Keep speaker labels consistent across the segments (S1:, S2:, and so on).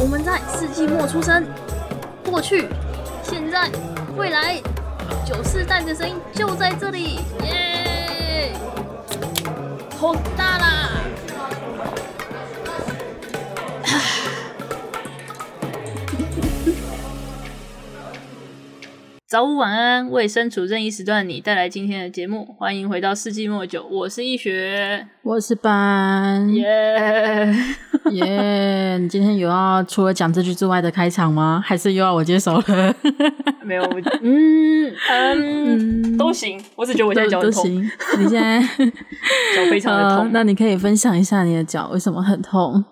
S1: 我们在世纪末出生，过去、现在、未来，九世代的声音就在这里，耶！好大啦！早午晚安，为身处任意时段的你带来今天的节目，欢迎回到世纪末九，我是易学，
S2: 我是班
S1: 耶、
S2: 耶你今天有要除了讲这句之外的开场吗？还是又要我接手了？
S1: 没有，我嗯 嗯都行，我只觉得我现在脚
S2: 都
S1: 很
S2: 都
S1: 痛，
S2: 行，你现在
S1: 脚非常的
S2: 好，
S1: 痛。
S2: 那你可以分享一下你的脚为什么很痛？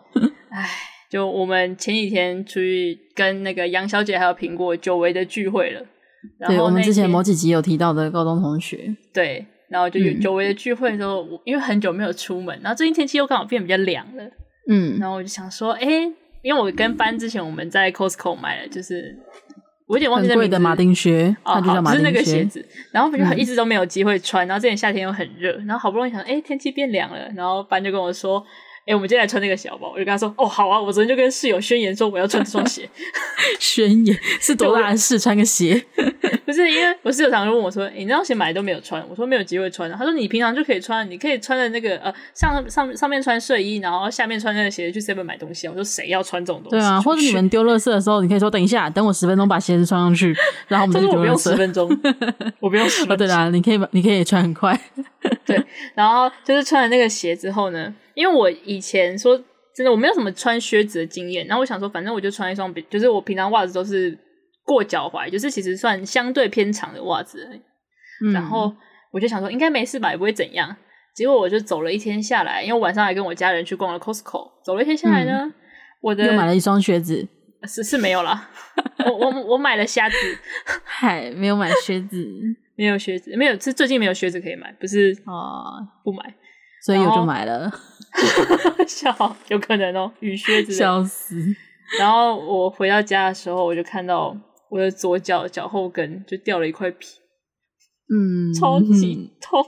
S1: 就我们前几天出去跟那个杨小姐还有苹果久违的聚会了，然
S2: 对
S1: 后
S2: 我们
S1: 那
S2: 之前
S1: 天
S2: 某几集有提到的高中同学，
S1: 对，然后就有
S2: 嗯
S1: 久违的聚会的时候，我因为很久没有出门，然后最近天气又刚好变比较凉了，
S2: 嗯，
S1: 然后我就想说，哎、因为我跟班之前我们在 Costco 买了，就是我有点忘记
S2: 很
S1: 这
S2: 贵
S1: 名字
S2: 的马丁靴，它
S1: 哦，
S2: 就叫
S1: 好，
S2: 马
S1: 就是那
S2: 丁
S1: 个鞋
S2: 靴。
S1: 子，然后我就很
S2: 嗯
S1: 一直都没有机会穿，然后之前夏天又很热，然后好不容易想，哎，天气变凉了，然后班就跟我说，哎，我们今天来穿这个鞋好不好？我就跟他说，哦，好啊，我昨天就跟室友宣言说我要穿这双鞋，
S2: 宣言是多大的事？穿个鞋，
S1: 不是因为我室友常常问我说，哎，你那双鞋买都没有穿，我说没有机会穿啊，他说你平常就可以穿，你可以穿着那个呃上上上面穿睡衣，然后下面穿那个鞋去 seven 买东西啊，我说谁要穿这种东西？
S2: 对 啊，或者你们丢垃圾的时候，你可以说等一下，等我十分钟把鞋子穿上去，然后我
S1: 就
S2: 们
S1: 是我
S2: 就丢
S1: 不
S2: 垃
S1: 用十
S2: 圾。
S1: 分 钟，我不用十分
S2: 哦，
S1: 钟
S2: 对。啦，你可以你可以穿很快，
S1: 然后就是穿了那个鞋之后呢，因为我以前说真的我没有什么穿靴子的经验，然后我想说反正我就穿一双比，就是我平常袜子都是过脚踝，就是其实算相对偏长的袜子而已，
S2: 嗯
S1: 然后我就想说应该没事吧，也不会怎样。结果我就走了一天下来，因为我晚上还跟我家人去逛了 Costco，走了一天下来呢，我的呃
S2: 又买了一双靴子，
S1: 是是没有 啦，我我我买了虾子，
S2: 嗨，没有买靴子
S1: 没有靴子，没有是最近没有靴子可以买，不是
S2: 哦，
S1: 不买，
S2: 所以
S1: 然
S2: 我
S1: 后
S2: 就买了，
S1: 笑有可能哦，雨靴子
S2: 笑死！
S1: 然后我回到家的时候，我就看到我的左脚脚后跟就掉了一块皮，
S2: 嗯，
S1: 超级
S2: 嗯
S1: 痛。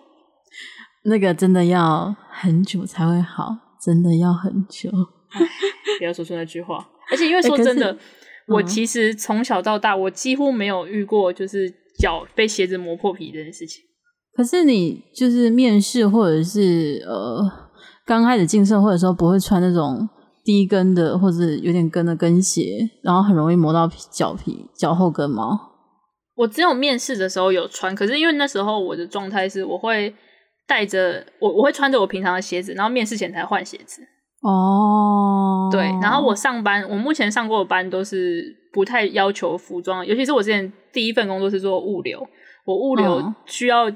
S2: 那个真的要很久才会好，真的要很久。
S1: 不要说出那句话，而且因为
S2: 哎
S1: 说
S2: 可
S1: 真的，
S2: 是
S1: 我
S2: 嗯
S1: 其实从小到大，我几乎没有遇过就是脚被鞋子磨破皮这件事情。
S2: 可是你就是面试或者是呃刚开始进社会的时候，不会穿那种低跟的或者有点跟的跟鞋，然后很容易磨到皮脚皮脚后跟吗？
S1: 我只有面试的时候有穿，可是因为那时候我的状态是，我会带着我我会穿着我平常的鞋子，然后面试前才换鞋子。
S2: 哦，
S1: 对，然后我上班，我目前上过的班都是不太要求服装，尤其是我之前第一份工作是做物流，我物流
S2: 嗯
S1: 需要呃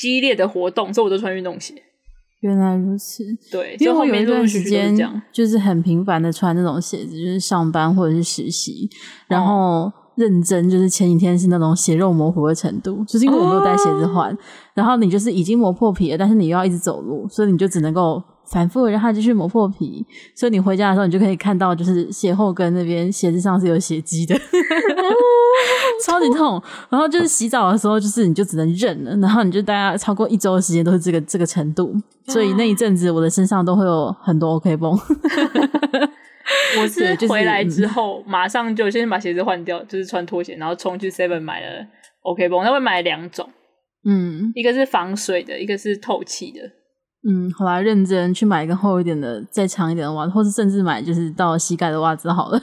S1: 激烈的活动，所以我都穿运动鞋。
S2: 原来如此，
S1: 对，所
S2: 因为
S1: 以后
S2: 我有
S1: 面
S2: 一
S1: 陆
S2: 段
S1: 陆续续
S2: 时
S1: 都
S2: 间
S1: 是这样。
S2: 就是很频繁的穿那种鞋子，就是上班或者是实习，然
S1: 嗯
S2: 后认真就是前几天是那种血肉模糊的程度，就是因为我没有带鞋子换，然后你就是已经磨破皮了，但是你又要一直走路，所以你就只能够反复地让它继续磨破皮，所以你回家的时候你就可以看到就是鞋后跟那边鞋子上是有血迹的。 超级痛，然后就是洗澡的时候，就是你就只能忍了，然后你就大概超过一周的时间都是这个这个程度，所以那一阵子我的身上都会有很多 OK 绷。
S1: 我是
S2: 对就是
S1: 回来
S2: 嗯
S1: 之后、马上就先把鞋子换掉，就是穿拖鞋，然后冲去 Seven 买了 OK 绷，那会买两种，
S2: 嗯
S1: 一个是防水的，一个是透气的。
S2: 嗯，好啦，认真去买一个厚一点的、再长一点的袜子，或是甚至买就是到膝盖的袜子好了。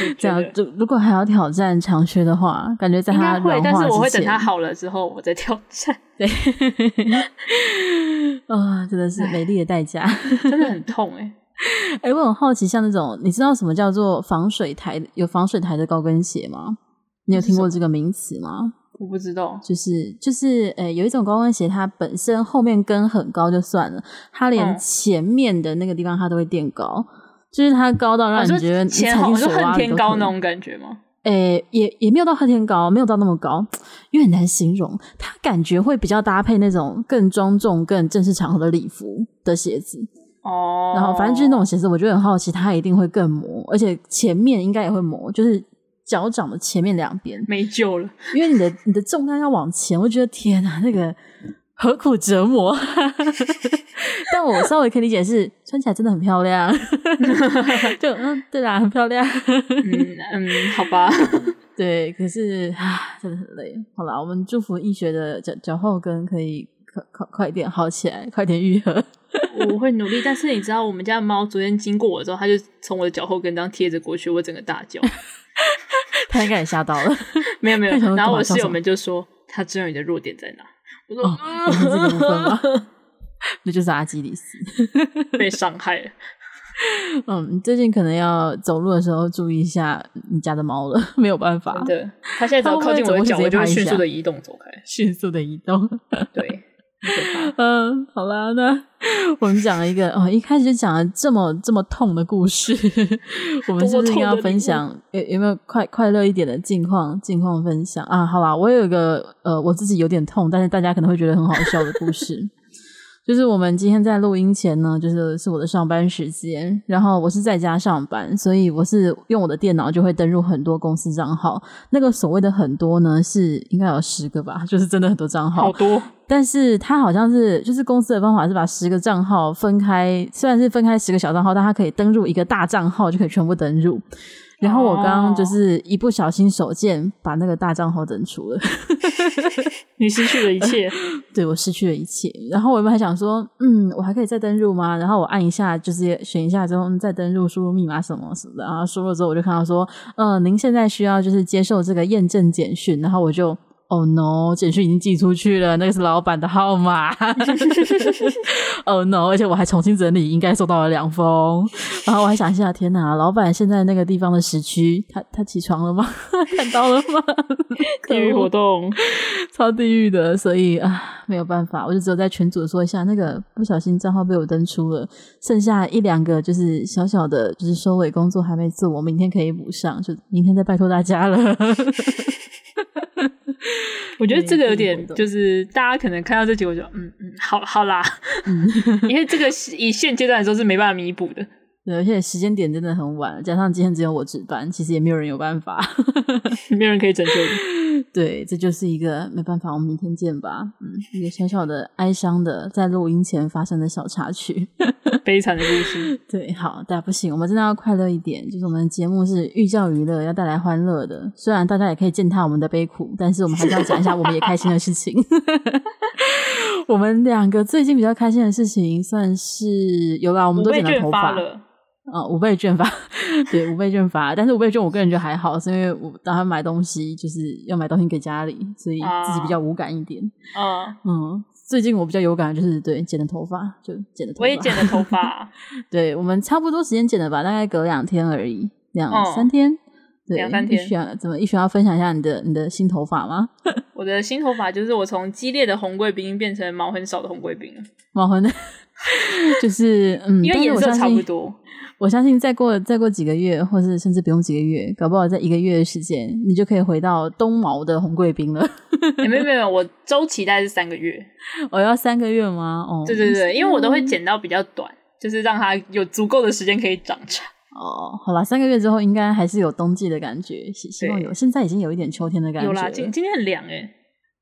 S1: 我
S2: 这
S1: 觉
S2: 样
S1: 得，
S2: 啊就如果还要挑战长靴的话，感觉在
S1: 应
S2: 它
S1: 该会
S2: 软，
S1: 但
S2: 化
S1: 是
S2: 之
S1: 我会等
S2: 前
S1: 它好了之后我再 挑战，
S2: 对，啊，真的是美丽的代价。
S1: 真的很痛哎、
S2: 哎、我很好奇，像那种你知道什么叫做防水台有防水台的高跟鞋吗？你有听过这个名词吗？
S1: 我不知道。
S2: 就是就是，呃、有一种高跟鞋，它本身后面跟很高就算了，它
S1: 嗯
S2: 连前面的那个地方它都会垫高，就是它高到让
S1: 我
S2: 你
S1: 说
S2: 觉得你
S1: 哦前
S2: 踩
S1: 后
S2: 进
S1: 我就
S2: 水
S1: 恨
S2: 洼里
S1: 天
S2: 都
S1: 高
S2: 可
S1: 那
S2: 以。
S1: 种感觉吗？
S2: 诶、也也没有到恨天高，没有到那么高，因为很难形容。它感觉会比较搭配那种更庄重、更正式场合的礼服的鞋子。
S1: 哦，
S2: 然后反正就是那种鞋子，我就很好奇，它一定会更磨，而且前面应该也会磨，就是脚掌的前面两边，
S1: 没救了，
S2: 因为你的你的重量要往前，我觉得天哪，那个何苦折磨？ 但我稍微可以理解是，穿起来真的很漂亮， 就嗯，对啦，很漂 亮。
S1: 嗯嗯，好 吧，
S2: 对，可是啊，真的很累。好啦，我们祝福医学的脚脚后跟可以快快快点好起来，快点愈合。
S1: 我会努力。但是你知道，我们家的猫昨天经过我之后，它就从我的脚后跟这样贴着过去，我整个大叫。
S2: 他应该也吓到了，
S1: 没有没有
S2: 为什，么
S1: 然后我
S2: 干嘛
S1: 室
S2: 笑什
S1: 友
S2: 么
S1: 们就说他知道你的弱点在哪。我说、
S2: 哦原来是这个部分 吗那就是阿基里斯。
S1: 被伤害了。
S2: 嗯，你最近可能要走路的时候注意一下你家的猫了，没有办法
S1: 真，的，他现在只要靠近我的脚，我就会迅速的移动走开。
S2: 迅速的移动。
S1: 对，很可怕
S2: 嗯，好啦，那我们讲了一个哦，一开始就讲了这么这么痛的故事， 我们是不是应该要分享有有没有快快乐一点的近况近况分享啊？好啦，我有一个呃，我自己有点痛，但是大家可能会觉得很好笑的故事。 就是我们今天在录音前呢，就是是我的上班时间，然后我是在家上班，所以我是用我的电脑就会登入很多公司账号。那个所谓的很多呢，是应该有十个吧，就是真的很多账号
S1: 好。多
S2: 但是他好像是就是公司的方法是把十个账号分开，虽然是分开十个小账号，但他可以登入一个大账号就可以全部登入。然后我刚刚就是一不小心手贱把那个大账号登出了，
S1: 你失去了一切，
S2: 对我失去了一切。然后我原本还想说，嗯，我还可以再登入吗？然后我按一下，就是选一下之后嗯再登入，输入密码什么什么的。然后输入之后，我就看到说，呃，您现在需要就是接受这个验证简讯。然后我就。Oh no！简讯已经寄出去了，那个是老板的号码。oh no！而且我还重新整理，应该收到了两封。然后我还想一下，天哪，老板现在那个地方的时区，他他起床了吗？ 看到了吗？ 可
S1: 地狱
S2: 恶
S1: 活动。
S2: 超地狱的，所以啊，没有办法，我就只有在群组说一下，那个不小心账号被我登出了，剩下一两个就是小小的，就是收尾工作还没做，我明天可以补上，就明天再拜托大家了。
S1: 我觉得这个有
S2: 地狱
S1: 点
S2: 活动
S1: 就是大家可能看到这结果就嗯嗯，好好啦，
S2: 嗯
S1: 因为这个是以现阶段来说是没办法弥补的。
S2: 对，而且时间点真的很晚，加上今天只有我值班，其实也没有人有办法。
S1: 没有人可以拯救你。
S2: 对，这就是一个没办法，我们明天见吧。嗯，一个小小的哀伤的，在录音前发生的小插曲。
S1: 悲惨的故事，
S2: 对，好，但不行，我们真的要快乐一点。就是我们的节目是寓教于乐，要带来欢乐的。虽然大家也可以践踏我们的悲苦，但是我们还是要讲一下我们也开心的事情。 我们两个最近比较开心的事情，算是有 啦，我
S1: 我
S2: 们都
S1: 被
S2: 剪了
S1: 卷
S2: 头
S1: 发
S2: 发
S1: 了。
S2: 啊、五倍券发， 对，五倍券发。但是五倍券我个人觉得还好，是因为我打算买东西，就是要买东西给家里，所以自己
S1: 啊
S2: 比较无感一点。
S1: 嗯，
S2: 嗯，最近我比较有感的就是对剪的头发，就剪的头发，
S1: 我也剪了头发，
S2: 对，我们差不多时间剪的吧，大概隔两天而已，两、
S1: 嗯
S2: 三天，对，
S1: 两三天
S2: 一璇怎么一璇要分享一下你的你的新头发吗？
S1: 我的新头发就是我从激烈的红贵宾变成毛很少的红贵宾了，
S2: 毛魂的， 就是嗯，
S1: 因为
S2: 但是
S1: 颜
S2: 我
S1: 色
S2: 相
S1: 差不
S2: 信，
S1: 多。
S2: 我相信再过再过几个月，或是甚至不用几个月，搞不好在一个月的时间，你就可以回到冬毛的红贵宾了。
S1: 欸没有没有，我周期大概是三个月。
S2: 我、要三个月吗？哦，
S1: 对对对，因为我都会剪到比较短，就是让它有足够的时间可以长长。
S2: 哦，好啦，三个月之后应该还是有冬季的感觉，希希望
S1: 对
S2: 有，现在已经有一点秋天的感觉
S1: 有
S2: 了。
S1: 啦，今今天很凉哎、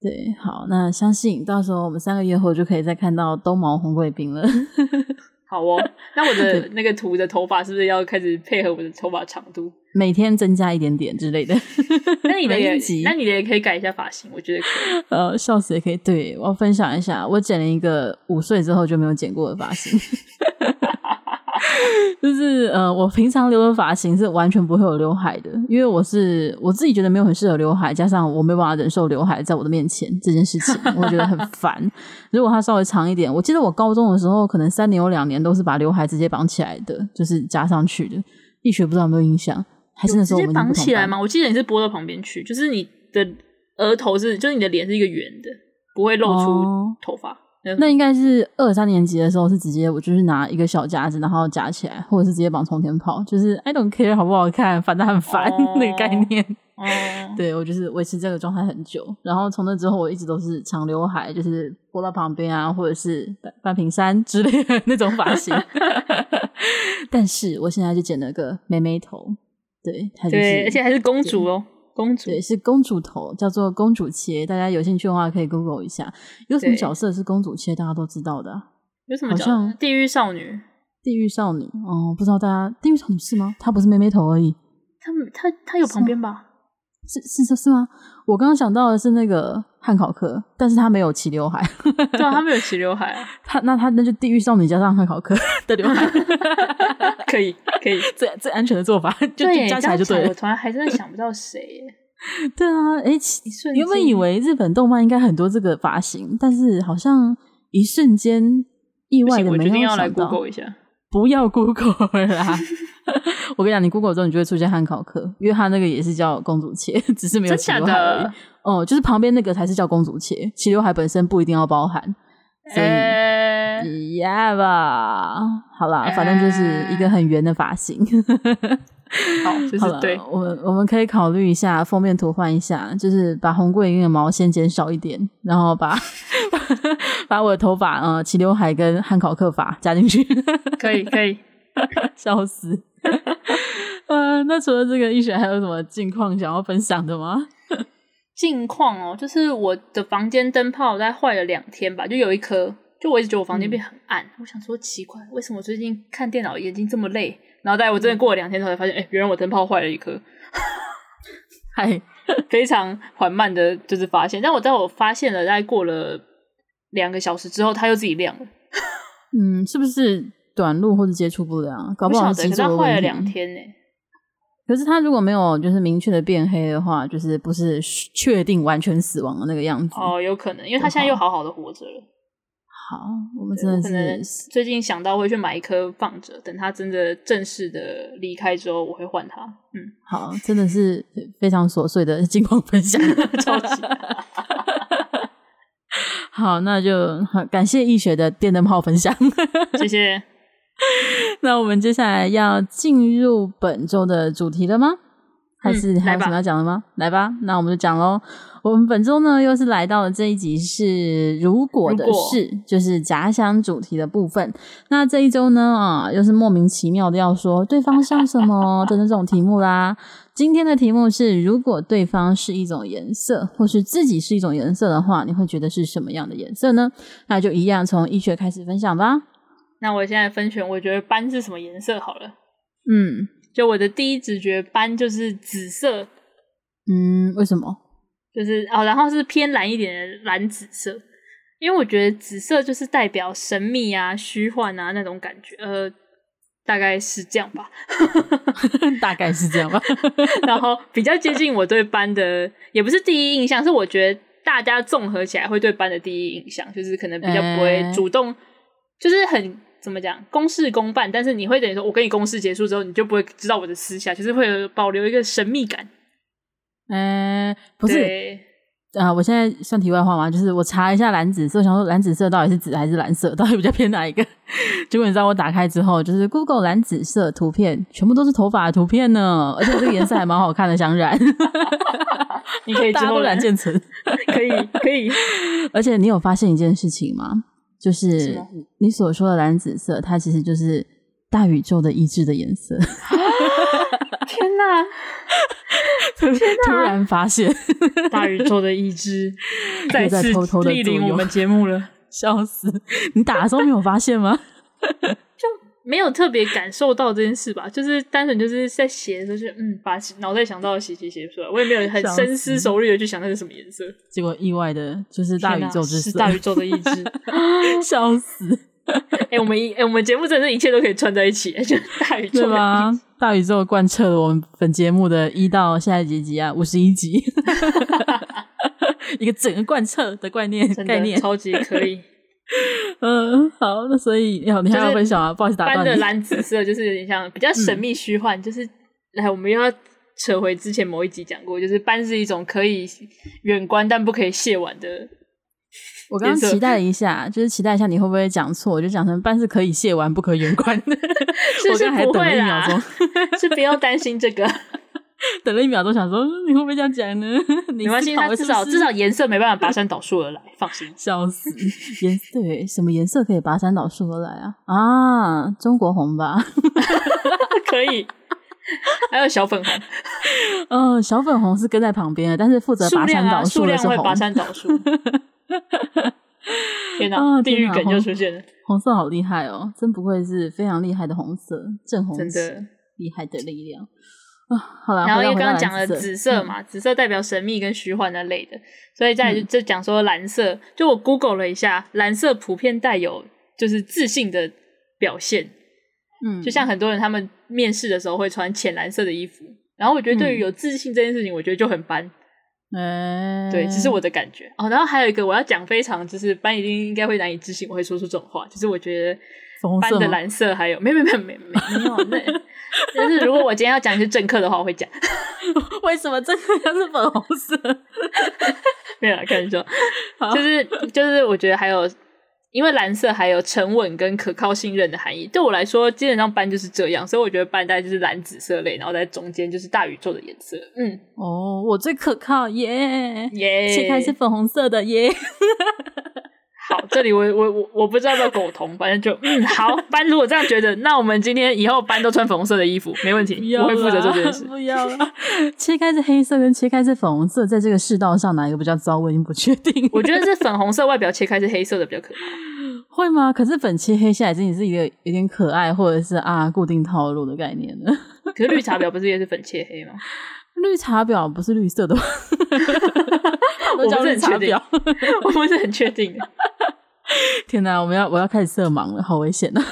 S2: 对，好，那相信到时候我们三个月后就可以再看到冬毛红贵宾了。
S1: 好哦，那我的那个图的头发是不是要开始配合我的头发长度？
S2: 每天增加一点点之类的，
S1: 那你的
S2: 没
S1: 也
S2: 问题，
S1: 那你的也可以改一下发型，我觉得可以。
S2: 呃，笑死也可以。对我要分享一下，我剪了一个五岁之后就没有剪过的发型， 就是呃，我平常留的发型是完全不会有刘海的，因为我是我自己觉得没有很适合刘海，加上我没有办法忍受刘海在我的面前这件事情，我觉得很烦。如果它稍微长一点，我记得我高中的时候，可能三年有两年都是把刘海直接绑起来的，就是加上去的。一学不知道有没有印象，还是那时
S1: 直
S2: 候
S1: 接
S2: 我们已经
S1: 绑
S2: 不同
S1: 起来
S2: 班
S1: 吗？我记得你是拨到旁边去，就是你的额头是，就是你的脸是一个圆的，不会露出
S2: 哦
S1: 头发。
S2: 那应该是二三年级的时候是直接我就是拿一个小夹子，然后夹起来，或者是直接绑冲天炮，就是 I don't care 好不好看，反正很烦、
S1: 哦
S2: 那个概念。
S1: 哦，
S2: 对我就是维持这个状态很久，然后从那之后我一直都是长刘海，就是拨到旁边啊，或者是半半屏山之类的那种 发型。 但是我现在就剪了个妹妹头，对，它就是
S1: 对，而且还是公主哦。公主
S2: 对，是公主头，叫做公主切。大家有兴趣的话可以 Google 一下，有什么
S1: 对
S2: 角色是公主切，大家都知道的啊、
S1: 有什么
S2: 好
S1: 角
S2: 像
S1: 色？地狱少女，
S2: 地狱少女哦，不知道大家地狱少女是吗？她不是妹妹头而已，
S1: 他们他他有旁边吧？
S2: 是是是是吗？我刚刚想到的是那个汉考克，但是她没有齐刘海，
S1: 对啊，他们有齐刘海啊，
S2: 她那她那就地狱少女加上汉考克 的刘海，
S1: 可以可 以。
S2: 最最安全的做法， 就就
S1: 耶
S2: 加起来就
S1: 这样讲我
S2: 对了。
S1: 突然还真的想不到谁耶，
S2: 对啊，哎、其
S1: 一瞬间
S2: 原本以为日本动漫应该很多这个发型，但是好像一瞬间意
S1: 不
S2: 外
S1: 行，
S2: 的
S1: 我
S2: 没
S1: 决定
S2: 有
S1: 要来
S2: 想到。
S1: Google 一下。
S2: 不要 Google 了啦！ 我跟你讲，你 Google 之后，你就会出现汉考克，因为他那个也是叫公主切， 只是没有
S1: 真
S2: 齐
S1: 假
S2: 刘海而已
S1: 的。？
S2: 哦，就是旁边那个才是叫公主切，齐刘海本身不一定要包含。所以呃
S1: 哎，
S2: Yeah 吧，好啦，反正就是一个很圆的发型。
S1: 好，就
S2: 好
S1: 是
S2: 了，
S1: 对，
S2: 我们我们可以考虑一下封面图换一下，就是把红桂英的毛先剪少一点，然后把把我的头发呃齐刘海跟汉考克发加进去，
S1: 可以可以。
S2: 笑死。呃，那除了这个，一雪还有什么近况想要分享的吗？
S1: 近况哦，就是我的房间灯泡大概坏了两天吧，就有一颗，就我一直觉得我房间
S2: 嗯
S1: 变很暗，我想说奇怪，为什么我最近看电脑眼睛这么累？然后大概我真
S2: 嗯
S1: 的过了两天之后才发现，哎、原来我灯泡坏了一颗，
S2: 嗨，
S1: 非常缓慢的，就是发现。但我在我发现了，大概过了两个小时之后，它又自己亮了，
S2: 嗯，是不是短路或者接触不良？搞
S1: 不
S2: 不好
S1: 晓得，
S2: 是极
S1: 可是
S2: 左
S1: 它
S2: 的
S1: 坏了
S2: 问
S1: 两
S2: 题。
S1: 天呢、
S2: 可是它如果没有就是明确的变黑的话，就是不是确定完全死亡的那个样子。
S1: 哦，有可能，因为它现在又好好的活着了。
S2: 好，我们
S1: 对
S2: 真
S1: 我
S2: 的
S1: 可能
S2: 是
S1: 最近想到会去买一颗放着，等它真的正式的离开之后，我会换它。 嗯。
S2: 好，真的是非常琐碎的 近况分享，
S1: 超级。
S2: 好，那就好感谢易学的电灯泡分享。
S1: 谢谢。
S2: 那我们接下来要进入本周的主题了吗？还是
S1: 嗯
S2: 还
S1: 来
S2: 有
S1: 吧
S2: 什么要讲的吗？来吧，那我们就讲喽。我们本周呢又是来到了这一集是如果的
S1: 如果
S2: 事，就是假想主题的部分。那这一周呢啊，又是莫名其妙的要说对方像什 么的那种题目啦。今天的题目是：如果对方是一种颜色，或是自己是一种颜色的话，你会觉得是什么样的颜色呢？那就一样从医学开始分享吧。
S1: 那我现在分选，我觉得斑是什么颜色好了。
S2: 嗯
S1: 就我的第一直觉，斑就是紫色，
S2: 嗯，为什么？
S1: 就是哦，然后是偏蓝一点的蓝紫色，因为我觉得紫色就是代表神秘啊、虚幻啊那种感觉，呃，大概是这样吧。
S2: 大概是这样吧。
S1: 然后比较接近我对斑的，也不是第一印象，是我觉得大家综合起来会对斑的第一印象，就是可能比较不会
S2: 嗯
S1: 主动，就是很怎么讲公事公办，但是你会等于说，我跟你公事结束之后，你就不会知道我的私下，就是会有保留一个神秘感。
S2: 嗯，不是
S1: 对
S2: 啊、我现在算题外话嘛，就是我查一下蓝紫色，我想说蓝紫色到底是紫还是蓝色，到底比较偏哪一个？ 结果你知道我打开之后，就是 Google 蓝紫色图片，全部都是头发的图片呢，而且这个颜色还蛮好看的，想 染，
S1: 你可以之
S2: 大家
S1: 后
S2: 都染
S1: 来
S2: 渐层。
S1: 可以可 以，
S2: 而且你有发现一件事情吗？就
S1: 什
S2: 是
S1: 么
S2: 你所说的蓝紫色，它其实就是大宇宙的意志的颜色。
S1: 天哪，
S2: 突然发现，
S1: 大宇宙的意志再
S2: 又在
S1: 次
S2: 偷偷地
S1: 莅临
S2: 作
S1: 我
S2: 用
S1: 们节目了。
S2: 笑死！你打的时候没有发现吗？
S1: 没有特别感受到这件事吧，就是单纯就是在写的时候就，嗯，把脑袋想到的写写写出来，我也没有很
S2: 笑死
S1: 深思熟虑的去想那是什么颜色。
S2: 结果意外的就是大宇宙
S1: 天哪
S2: 之
S1: 是
S2: 色，
S1: 大宇宙的意志。
S2: 笑死，
S1: 哎、我们一哎、我们节目真的是一切都可以串在一起， 就大宇宙
S2: 对
S1: 的意
S2: 吧？ 大宇宙贯彻了我们本节目的一到下一集集啊，五十 一集，一个整个贯彻的概念
S1: 志真的
S2: 概念。
S1: 超级可以。
S2: 嗯，好，那所以要你还
S1: 就
S2: 要
S1: 是
S2: 分享啊，不好意 思打
S1: 斑
S2: 断
S1: 的
S2: 你。
S1: 蓝紫色就是有点像比较神秘虚幻，就是来我们又要扯回之前某一集讲过，就是斑是一种可以远观但不可以亵玩的。
S2: 我刚刚
S1: 颜色
S2: 期待了 一下，就是期待一下你会不会讲错，我就讲成班是可以卸完不可远观 的。
S1: 是
S2: 我
S1: 是
S2: 刚才
S1: 不
S2: 等了
S1: 会
S2: 一秒
S1: 啦
S2: 钟，，
S1: 是不用担心这个。
S2: 等了一秒钟想说嗯你会不会这样讲呢？没
S1: 没关系，它至少至少颜色没办法拔山倒树而来，放心。
S2: 笑死！颜对什么颜色可以拔山倒树而来啊？啊，中国红吧？
S1: 可以， 还有小粉红，
S2: 嗯、小粉红是跟在旁边的，但是负责
S1: 数
S2: 拔
S1: 量
S2: 山
S1: 啊，
S2: 倒
S1: 数
S2: 的
S1: 量
S2: 是
S1: 会
S2: 红
S1: 拔。山倒树。 天哪，
S2: 啊
S1: 地
S2: 天
S1: 狱
S2: 哪
S1: 梗就
S2: 红
S1: 出现了，
S2: 红色好厉害哦，真不愧是非常厉害的红色，正红
S1: 真
S2: 色
S1: 的。
S2: 厉害的力量啊！好了，
S1: 然后
S2: 回
S1: 因
S2: 到
S1: 为
S2: 回
S1: 刚
S2: 到
S1: 刚
S2: 蓝
S1: 讲了紫色嘛，紫色代表神秘跟虚幻那类的，所以再来就就讲说蓝色，就我 Google 了一下，蓝色普遍带有就是自信的表现，
S2: 嗯，
S1: 就像很多人他们面试的时候会穿浅蓝色的衣服，然后我觉得对于
S2: 嗯
S1: 有自信这件事情，我觉得就很班，
S2: 哎、
S1: 对，这是我的感觉哦。然后还有一个我要讲非常就是班一定应该会难以置信，我会说出这种话，就是我觉得
S2: 粉红
S1: 班
S2: 色
S1: 的
S2: 吗
S1: 蓝色还有没有没有没有没有没有，那但是如果我今天要讲一些政客的话，我会讲。
S2: 为什么这个 是粉红色？
S1: 没有啦，开玩笑
S2: 好，
S1: 就是就是，我觉得还有，因为蓝色还有沉稳跟可靠信任的含义。对我来说，基本上斑就是这样，所以我觉得斑大概就是蓝紫色类，然后在中间就是大宇宙的颜色。嗯，
S2: 哦，我最可靠耶！
S1: 耶、
S2: 现在是粉红色的 耶，
S1: 好，这里我我我我不知道要不要苟同，反正就嗯好。斑如果这样觉得，那我们今天以后斑都穿粉红色的衣服，没问
S2: 不
S1: 题，
S2: 要
S1: 我会负责
S2: 啦
S1: 做这件事。
S2: 不要啦， 切开是黑色跟切开是粉红色，在这个世道上哪一个比较糟，我已经不确定。
S1: 我觉得是粉红色外表切开是黑色的比较可爱。
S2: 会吗？可是粉切黑下来，真的是有点有点可爱，或者是啊固定套路的概念了。
S1: 可是绿茶婊不是也是粉切黑吗？
S2: 绿茶婊不是绿 色的吗？
S1: 我
S2: 都叫
S1: 不是
S2: 绿
S1: 很
S2: 茶
S1: 确定
S2: 婊。，
S1: 我不是很确定的。
S2: 天哪，我们要我要开始色盲了，好危险啊！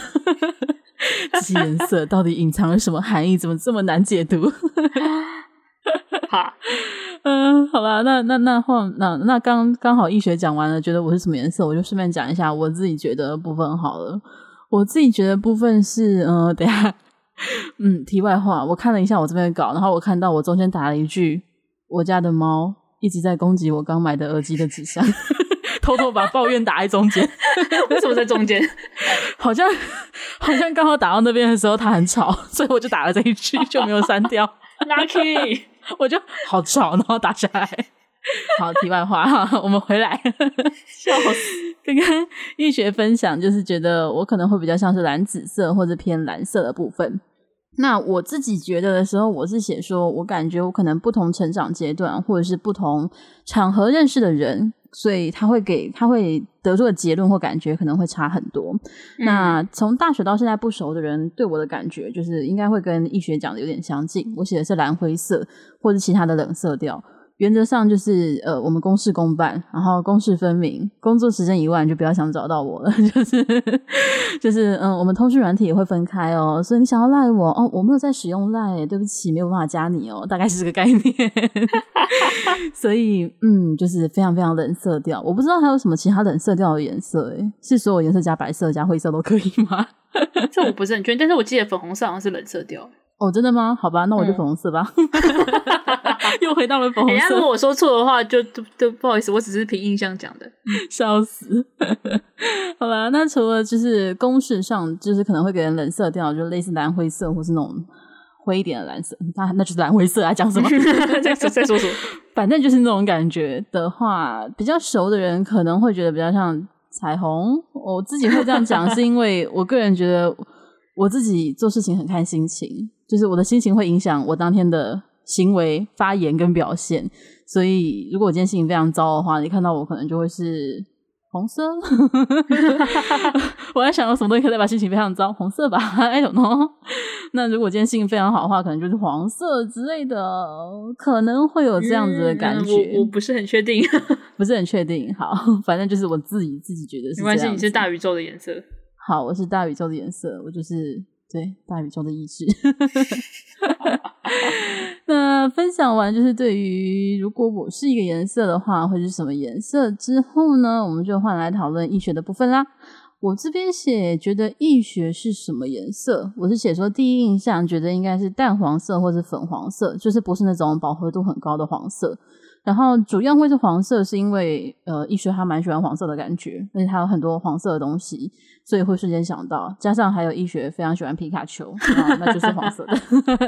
S2: 这些颜色到底隐藏了什么含义？怎么这么难解读？
S1: 好，
S2: 嗯，好吧，那那那换那那刚刚好易学讲完了，觉得我是什么颜色，我就顺便讲一下我自己觉得的部分好了。我自己觉得的部分是，嗯、呃，等一下，嗯，题外话，我看了一下我这边的稿，然后我看到我中间打了一句，我家的猫一直在攻击我刚买的耳机的纸箱， 偷偷把抱怨打在中间，
S1: 为什么在中间？
S2: 好像好像刚好打到那边的时候它很吵，所以我就打了这一句，就没有删掉。
S1: Lucky，
S2: 我就 好吵，然后打下来。 好，题外话，哈，我们回来。
S1: 笑死！
S2: 刚刚易学分享，就是觉得我可能会比较像是蓝紫色或者偏蓝色的部分。那我自己觉得的时候，我是写说，我感觉我可能不同成长阶段或者是不同场合认识的人，所以他会给他会得出的结论或感觉可能会差很多。那从大学到现在不熟的人，对我的感觉就是应该会跟易学讲的有点相近。我写的是蓝灰色或者其他的冷色调。原则上就是呃，我们公事公办，然后公事分明。工作时间以外，你就不要想找到我了。 就是就是嗯，我们通讯软体也会分开哦，所以你想要赖我哦，我没有在使用赖，对不起，没有办法加你哦，大概是这个概念。 所以嗯，就是非常非常冷色调。我不知道还有什么其他冷色调的颜色，诶，是所有颜色加白色加灰色都可以吗？
S1: 这我不是很确定，但是我记得粉红色好像是冷色调。欸
S2: 哦，真的吗？好吧，那我就
S1: 嗯
S2: 粉红色 吧。 又回到了粉
S1: 人
S2: 红
S1: 家
S2: 色
S1: 哎如。果我说错的话，就就就不好意思，我只是凭印象讲的。
S2: 笑死！ 好啦，那除了就是公式上，就是可能会给人冷色调，就类似蓝灰色或是那种灰一点的蓝色，那那就是蓝灰色啊，讲什么？
S1: 再说再说说，
S2: 反正就是那种感觉的话，比较熟的人可能会觉得比较像彩虹。我自己会这样讲，是因为我个人觉得我自己做事情很看心情，就是我的心情会影响我当天的行为、发言跟表现。所以，如果我今天心情非常糟的话，你看到我可能就会是。红色， 我在想有什么东西可以再把心情非常糟，红色吧，I don't know。那 如果今天心情非常好的话，可能就是黄色之类的，可能会 有这样子的感觉。
S1: 嗯我我不是很确定，
S2: 不是很确定。好，反正就是我自己自己觉得是
S1: 没
S2: 这样
S1: 关
S2: 子。
S1: 系，你是大宇宙的颜色。
S2: 好，我是大宇宙的颜色，我就是对大宇宙的意志。那分享完就是对于如果我是一个颜色的话，会是什么颜色之后呢，我们就换来讨论易学的部分啦。我这边写觉得易学是什么颜色，我是写说第一印象觉得应该是淡黄色或者粉黄色，就是不是那种饱和度很高的黄色。然后主要会是黄色，是因为呃，易学他蛮喜欢黄色的感觉，而且他有很多黄色的东西，所以会瞬间想到。加上还有易学非常喜欢皮卡丘，啊，那就是黄色的。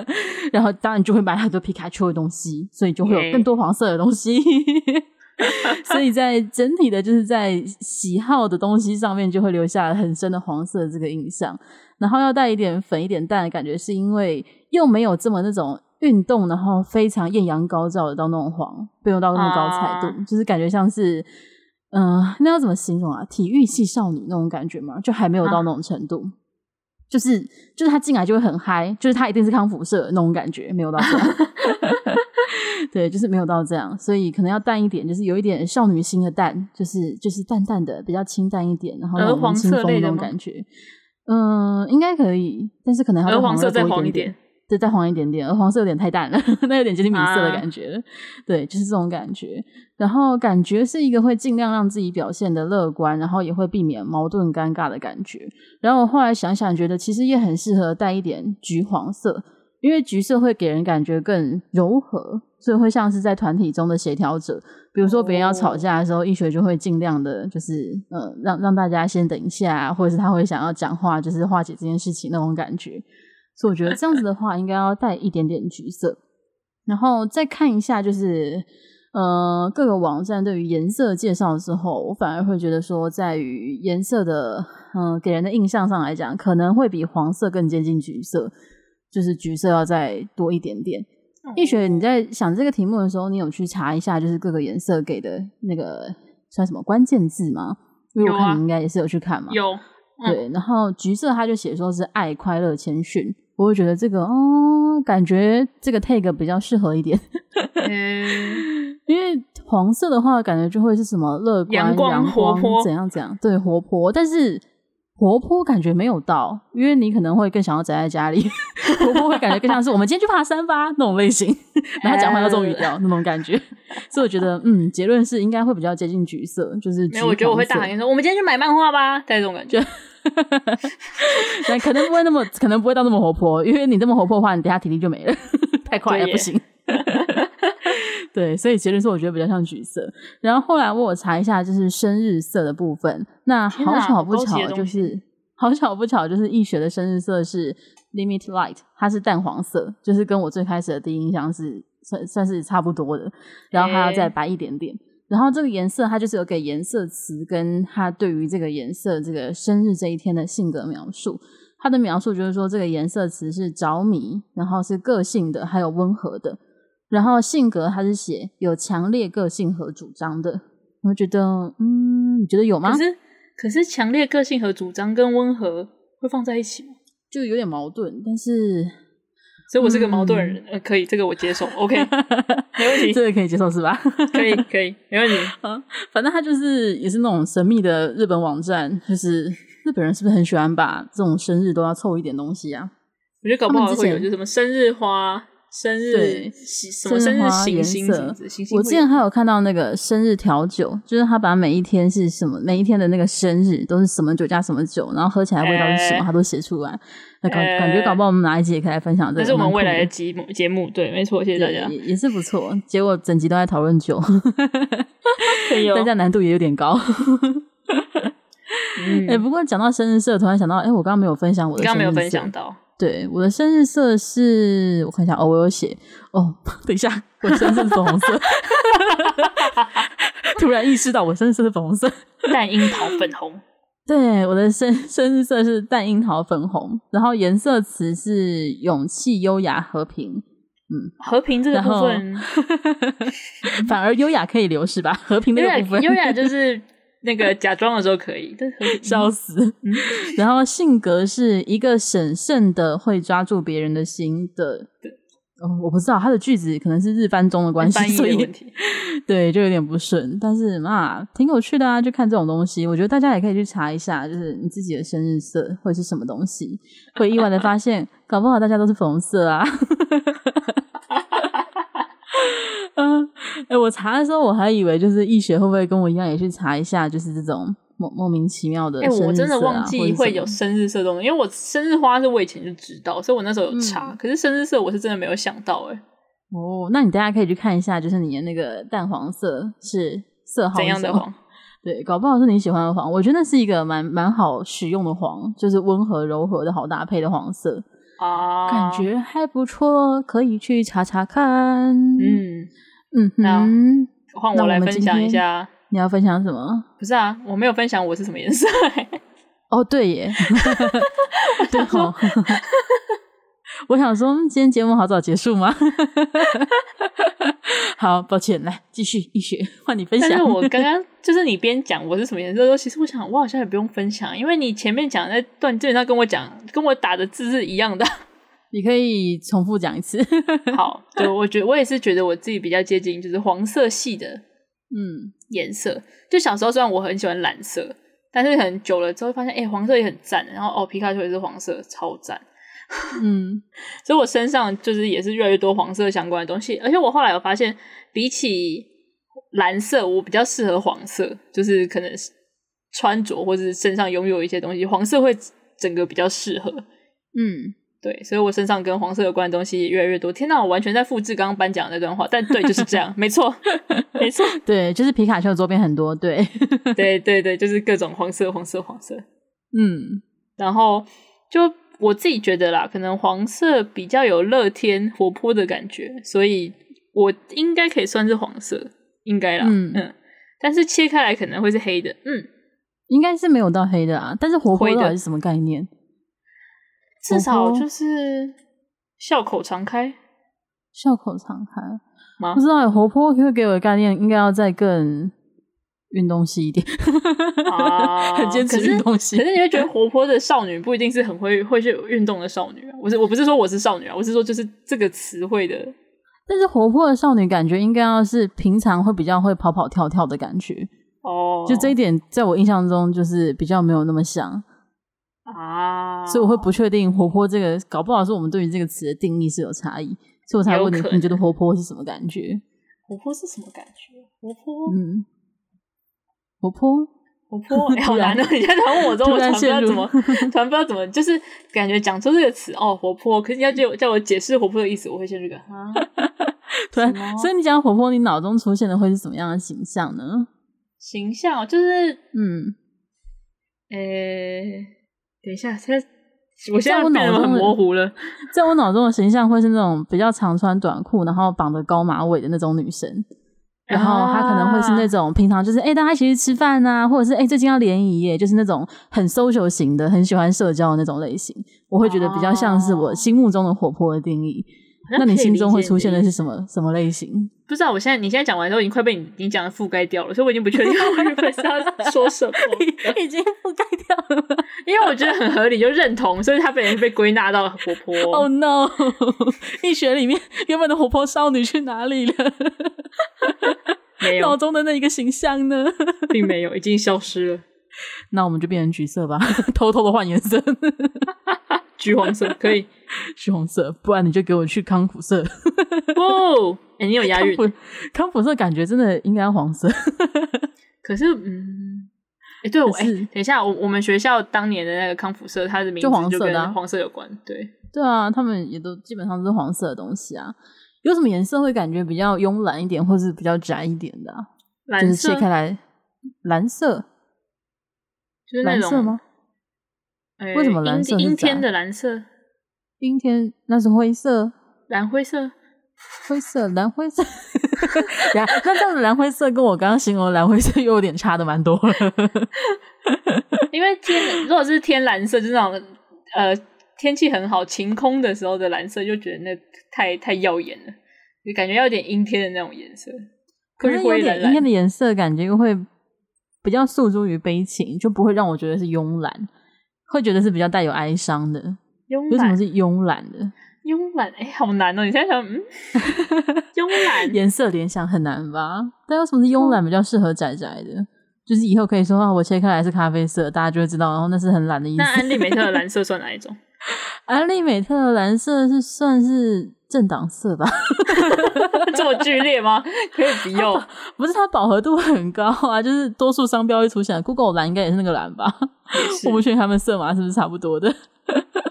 S2: 然后当然就会买很多皮卡丘的东西，所以就会有更多黄色的东西。 所以在整体的，就是在喜好的东西上面，就会留下很深的黄色这个印象。然后要带一点粉一点淡的感觉，是因为又没有这么那种运动，然后非常艳阳高照的到那种黄，不用到那么高彩度，
S1: 啊
S2: 就是感觉像是，嗯、那要怎么形容啊？体育系少女那种感觉嘛，就还没有
S1: 啊
S2: 到那种程度。就是就是她进来就会很嗨，就是她一定是康复社的那种感觉，没有到这样。 对，就是没有到这样，所以可能要淡一点，就是有一点少女心的淡，就是就是淡淡的，比较清淡一点，然后那
S1: 鹅
S2: 种
S1: 黄
S2: 清
S1: 色
S2: 风
S1: 类
S2: 那
S1: 的
S2: 种
S1: 吗
S2: 感觉。嗯，应该可以，但是可能还要
S1: 鹅黄色再
S2: 再多
S1: 黄
S2: 一
S1: 一
S2: 点
S1: 点
S2: 点，。对，再黄一点点，而黄色有点太淡了， 那有点接近米色的
S1: 啊
S2: 感觉了。对，就是这种感觉。然后感觉是一个会尽量让自己表现的乐观，然后也会避免矛盾尴尬的感觉。然后我后来想想，觉得其实也很适合带一点橘黄色，因为橘色会给人感觉更柔和，所以会像是在团体中的协调者。比如说别人要吵架的时候，医学就会尽量的，就是呃，让让大家先等一下啊，或者是他会想要讲话，就是化解这件事情那种感觉。所以我觉得这样子的话，应该要带一点点橘色，然后再看一下就是。呃，各个网站对于颜色介绍之后，我反而会觉得说，在于颜色的嗯、呃给人的印象上来讲，可能会比黄色更接近橘色，就是橘色要再多一点点。
S1: 哦
S2: 易学，你在想这个题目的时候，你有去查一下，就是各个颜色给的那个算什么关键字吗？因为我
S1: 有啊
S2: 看你应该也是有去看嘛。
S1: 有嗯
S2: 对，然后橘色他就写说是爱、快乐、谦逊，我会觉得这个哦，感觉这个 tag 比较适合一点，
S1: 嗯
S2: 因为黄色的话，感觉就会是什么乐观、
S1: 阳
S2: 阳
S1: 光活泼
S2: 怎样怎样，对，活泼，但是。活泼感觉没有到，因为你可能会更想要宅在家里。 活泼会感觉更像是我们今天去爬山吧那种类型，然后讲话要这种语
S1: 呃
S2: 调那种感觉。所以我觉得，嗯，结论是应该会比较接近橘色，就是
S1: 没有，我觉得我会大
S2: 大
S1: 喊一声：“我们今天去买漫画吧！”带这种感觉。
S2: 啊但可能不会 那么，可能不会到那么活泼，因为你这么活泼的话，你等下体力就没了， 太快了
S1: 对耶
S2: 不行。 对，所以结论是我觉得比较像橘色。然后后来我有查一下，就是深日色的部分。那
S1: 天哪
S2: 好巧不
S1: 好高级
S2: 巧
S1: 的，
S2: 就
S1: 东西
S2: 是好巧不巧，就是易学的深日色是 Limit Light，它是淡黄色，就是跟我最开始的第一印象是算算是差不多的。然后还要再
S1: 诶
S2: 白一点点。然后这个颜色，它就是有给颜色词跟它对于这个颜色这个生日这一天的性格描述。它的描述就是说，这个颜色词是着迷，然后是个性的，还有温和的。然后性格，它是写有强烈个性和主张的。我觉得，嗯，你觉得有吗
S1: 可？是，可是强烈个性和主张跟温和会放在一起吗？
S2: 就有点矛盾，但 是
S1: 所以我是个矛盾的人。呃，可以，这个我接 受。OK，没问题
S2: 这，个可以接受嗯 是吧？
S1: 可以，可以，没问题。
S2: 反正它就是也是那种神秘的日本网站，就是日本人是不是很喜欢把这种生日都要凑一点东西啊？
S1: 我觉得搞不
S2: 他
S1: 好
S2: 们之
S1: 会有，
S2: 前
S1: 就是什么生日花、生日
S2: 对
S1: 喜什么
S2: 生
S1: 生
S2: 日
S1: 日
S2: 花
S1: 行
S2: 颜
S1: 星
S2: 色
S1: 什么之行星
S2: 我
S1: 会有，
S2: 之前还有看到那个生日调酒，就是他把每一天是什么，每一天的那个生日都是什么酒加什么酒，然后喝起来味道是什
S1: 哎
S2: 么，他都写出来。那感
S1: 哎
S2: 感觉搞不好我们哪一集也可以来分享这个，
S1: 那是我们
S2: 蛮酷
S1: 未来的
S2: 的
S1: 节目节目。对，没错，谢谢大
S2: 对
S1: 家。
S2: 也也是不错。结果整集都在讨论酒，
S1: 哎呦
S2: 大家难度也有点高。哎、
S1: 嗯，
S2: 不过讲到生日社，突然想到，哎、我刚刚没有分享我的
S1: 刚
S2: 生日
S1: 刚没有分
S2: 社
S1: 享 到，
S2: 对，我的生日色是，我看一下，哦，我有写，哦，等一下，我的生日色是粉红色， 突然意识到我生日色是粉红色。
S1: 淡樱桃粉红，
S2: 对，我的生 生日色是淡樱桃粉红，然后颜色词是勇气、优雅、和平。
S1: 和平这个
S2: 然
S1: 部
S2: 后
S1: 分，
S2: 反而优雅可以留是吧？和平那
S1: 优
S2: 个
S1: 雅
S2: 部分，
S1: 优雅就是那个假装的时候可以，但是和平
S2: 笑死。
S1: 嗯
S2: 然后性格是一个审慎的，会抓住别人的心的。哦，我不知道他的句子可能是日翻中的关系，
S1: 翻译
S2: 所
S1: 的
S2: 以
S1: 问题。
S2: 对，就有点不顺，但是嘛，挺有趣的啊，就看这种东西。我觉得大家也可以去查一下，就是你自己的生日色会是什么东西，会意外的发现，搞不好大家都是粉红色啊。 嗯，哎、我查的时候我还以为就是易学会不会跟我一样也去查一下，就是这种莫莫名其妙的
S1: 哎、
S2: 生日色、啊
S1: 我真的忘
S2: 或
S1: 记
S2: 者
S1: 会
S2: 什
S1: 有
S2: 么
S1: 生日色这种东西，因为我生日花是我以前就知道，所以我那时候有查。
S2: 嗯
S1: 可是生日色我是真的没有想到、哎，
S2: 哦。那你大家可以去看一下，就是你的那个淡黄色是色号
S1: 怎
S2: 是
S1: 样
S2: 什
S1: 的
S2: 么
S1: 黄？
S2: 对，搞不好是你喜欢的黄，我觉得那是一个蛮蛮好使用的黄，就是温和柔和的好搭配的黄色，
S1: 啊，
S2: 哦感觉还不错，可以去查查看。嗯
S1: 嗯，
S2: 嗯哼，
S1: 换
S2: 那
S1: 我
S2: 我
S1: 来
S2: 们
S1: 分
S2: 今
S1: 享一
S2: 天
S1: 下。
S2: 你要分享什么？
S1: 不是啊，我没有分享我是什么颜色、哎
S2: 哦，对耶， 对哦。 我想说，嗯今天节目好早结束吗？ 好，抱歉，来继续一学，换 你分
S1: 但
S2: 享
S1: 是。我刚刚就是你边讲我是什么颜色的时候，其实我想我好像也不用分享，因为你前面讲的那段基本上跟我讲跟我打的字是一样的。
S2: 你可以重复讲一次。
S1: 好，就我觉我也是觉得我自己比较接近就是黄色系的
S2: 嗯，
S1: 颜色。就小时候虽然我很喜欢蓝色，但是很久了之后发现，哎、黄色也很赞。然后哦，皮卡丘也是黄色，超赞。
S2: 嗯，
S1: 所以我身上就是也是越来越多黄色相关的东西，而且我后来有发现，比起蓝色，我比较适合黄色，就是可能是穿着或者是身上拥有一些东西，黄色会整个比较适合。
S2: 嗯，
S1: 对，所以我身上跟黄色有关的东西也越来越多。天哪，我完全在复制刚刚颁奖的那段话，但对，就是这样，没错，没错，
S2: 对，就是皮卡丘的周边很多，对，
S1: 对对对，就是各种黄色，黄色，黄色。
S2: 嗯，
S1: 然后就我自己觉得啦，可能黄色比较有乐天活泼的感觉，所以我应该可以算是黄色，应该啦，
S2: 嗯
S1: 但是切开来可能会是黑的，嗯，
S2: 应该是没有到黑的啊，但是活泼
S1: 灰的
S2: 到底是什么概念？
S1: 至少
S2: 活泼
S1: 就是笑口常 开
S2: 笑口常开，
S1: 吗
S2: 不？知道欸活泼会给我的概念应该要再更运动系一点，
S1: 啊
S2: 很 坚持
S1: 可是
S2: 运动
S1: 可
S2: 系。
S1: 是你会觉得活泼的少女不一定是很会会去运动的少女啊。我是我不是说我是少女啊，我是说就是这个词汇的
S2: 但是活泼的少女感觉应该要是平常会比较会跑跑跳跳的感觉，
S1: 哦，
S2: 就这一点在我印象中就是比较没有那么像，
S1: 哦啊，
S2: 所以我会不确定活泼这个，搞不好是我们对于这个词的定义是有差异，所以我才
S1: 有
S2: 问你
S1: 可，能
S2: 你觉得活泼是什么感觉？
S1: 活泼是什么感觉？活泼，
S2: 嗯，活泼，
S1: 活 泼，哎、好难哦！你在问我之后，
S2: 突
S1: 我
S2: 然
S1: 突然不知道
S2: 陷入
S1: 怎么， 突然不知道怎么，就是感觉讲出这个词哦，活泼。可是你要叫我叫我解释活泼的意思，我会陷入一个啊，
S2: 突然
S1: 什么，
S2: 所以你讲活泼，你脑中出现的会是什么样的形象呢？
S1: 形象哦就是，
S2: 嗯，
S1: 呃、等一下，现在我现
S2: 在
S1: 在
S2: 我
S1: 变
S2: 脑
S1: 得很
S2: 中的
S1: 模糊了。
S2: 在我脑中的形象会是那种比较常穿短裤，然后绑着高马尾的那种女生。然后她可能会是
S1: 啊
S2: 那种平常就是哎、大家一起去吃饭呐、或者是哎、最近要联谊耶，就是那种很 social 型的，很喜欢社交的那种类型。我会觉得比较像是我心目中的活泼的定义。
S1: 好像
S2: 那
S1: 可以
S2: 你心中会出现的
S1: 理解你的意
S2: 是
S1: 思
S2: 什么什么类型？
S1: 不知道，我现在你现在讲完之后，已经快被你你讲的覆盖掉了，所以我已经不确定我原 本是要说什么，
S2: 已经覆盖掉了。
S1: 因为我觉得很合理，就认同，所以它被被归纳到活泼。
S2: Oh no！一学里面原本的活泼少女去哪里了？
S1: 没
S2: 脑
S1: 有，
S2: 中的那一个形象呢？
S1: 并没有，已经消失了。
S2: 那我们就变成橘色吧， 偷偷的换颜色，
S1: 橘黄色可以，
S2: 橘红色，不然你就给我去康复色。
S1: 哦， 哎、你有押韵
S2: 康，复康复色感觉真的应该黄色。
S1: 可是嗯，哎、对，我
S2: 可
S1: 哎、
S2: 是
S1: 等一下，我我们学校当年的那个康复社，它的名
S2: 就黄
S1: 字
S2: 色
S1: 就
S2: 的啊
S1: 跟黄色有关，对，
S2: 对啊，他们也都基本上都是黄色的东西啊。有什么颜色会感觉比较慵懒一点，或是比较宅一点的、啊？就
S1: 蓝
S2: 是
S1: 色
S2: 切开来，蓝色，
S1: 就是那
S2: 蓝色
S1: 种
S2: 吗？
S1: 哎
S2: 为什么蓝色是
S1: 阴阴
S2: 杂
S1: 天的蓝色、
S2: 阴天那是灰色，
S1: 蓝灰色，
S2: 灰色，蓝灰色。 呀，那这样的蓝灰色跟我刚刚形容的蓝灰色又有点差的蛮多了。
S1: 因为天 如果是天蓝色，就是那种呃天气很好晴空的时候的蓝色，就觉得那太太耀眼了，就感觉要有点阴天的那种颜色，
S2: 可是
S1: 灰
S2: 有
S1: 灰蓝
S2: 点阴天
S1: 蓝
S2: 的颜色，感觉又会比较诉诸于悲情，就不会让我觉得是慵懒，会觉得是比较带有哀伤的。
S1: 慵
S2: 有什么
S1: 懒
S2: 是慵懒的
S1: 慵懒，哎、好难哦！你现在 想，嗯，慵懒
S2: 颜色联想很难吧？但有什么是慵
S1: 哦
S2: 懒比较适合宅宅的？就是以后可以说啊，我切开来是咖啡色，大家就会知道，然后那是很懒的意思
S1: 那。安利美特的蓝色算哪一种？
S2: 安利美特的蓝色是算是政党色吧？
S1: 这么剧烈吗？ 可以不用。
S2: 不是，它饱和度很高啊，就是多数商标会出现。Google 蓝应该也是那个蓝吧？
S1: 是
S2: 我不确定他们色码是不是差不多的。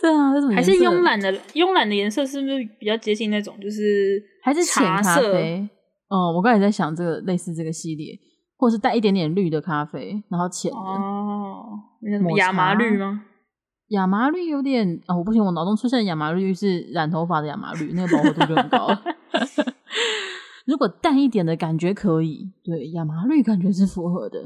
S2: 对啊，有什么
S1: 还是
S2: 颜色
S1: 慵，懒的，慵懒的颜色是不是比较接近那种就是
S2: 还是浅
S1: 茶
S2: 咖
S1: 色？
S2: 啡？哦，我刚才在想这个类似这个系列，或是带一点点绿的咖啡，然后浅的、
S1: 哦，那叫什
S2: 抹
S1: 么亚麻
S2: 茶
S1: 绿吗？
S2: 亚麻绿有点啊、我不行，我脑中出现的亚麻绿是染头发的亚麻绿，那个饱和度就很 高了。如果淡一点的感觉可以，对亚麻绿感觉是符合的。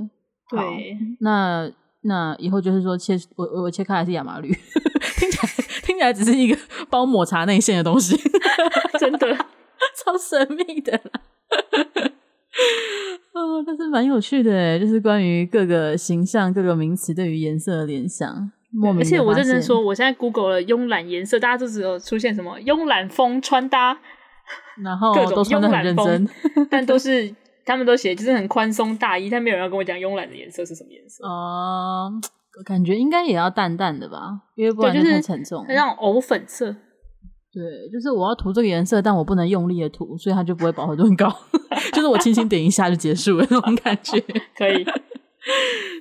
S2: 好
S1: 对，
S2: 那那以后就是说切我我我切开还是亚麻绿， 听起来听起来只是一个帮我抹茶内馅的东西，
S1: 真的。
S2: 超神秘的啦。啊、但是蛮有趣的欸，就是关于各个形象、各个名词对于颜色的联想。 莫名
S1: 而
S2: 地
S1: 且我认真
S2: 发现，
S1: 说，我现在 Google 了慵懒颜色，大家就只有出现什么慵懒风穿搭，
S2: 然后
S1: 各种
S2: 都穿的
S1: 慵
S2: 很
S1: 懒
S2: 认
S1: 风
S2: 真。
S1: 但都是他们都写就是很宽松大衣，但没有人要跟我讲慵懒的颜色是什么颜色。
S2: 哦、感觉应该也要淡淡的吧，因为不
S1: 对，
S2: 然
S1: 就
S2: 太
S1: 是
S2: 沉重了。
S1: 那种藕粉色，
S2: 对，就是我要涂这个颜色，但我不能用力的涂，所以它就不会饱和度很高。 就是我轻轻点一下就结束了那种感觉。
S1: 可以。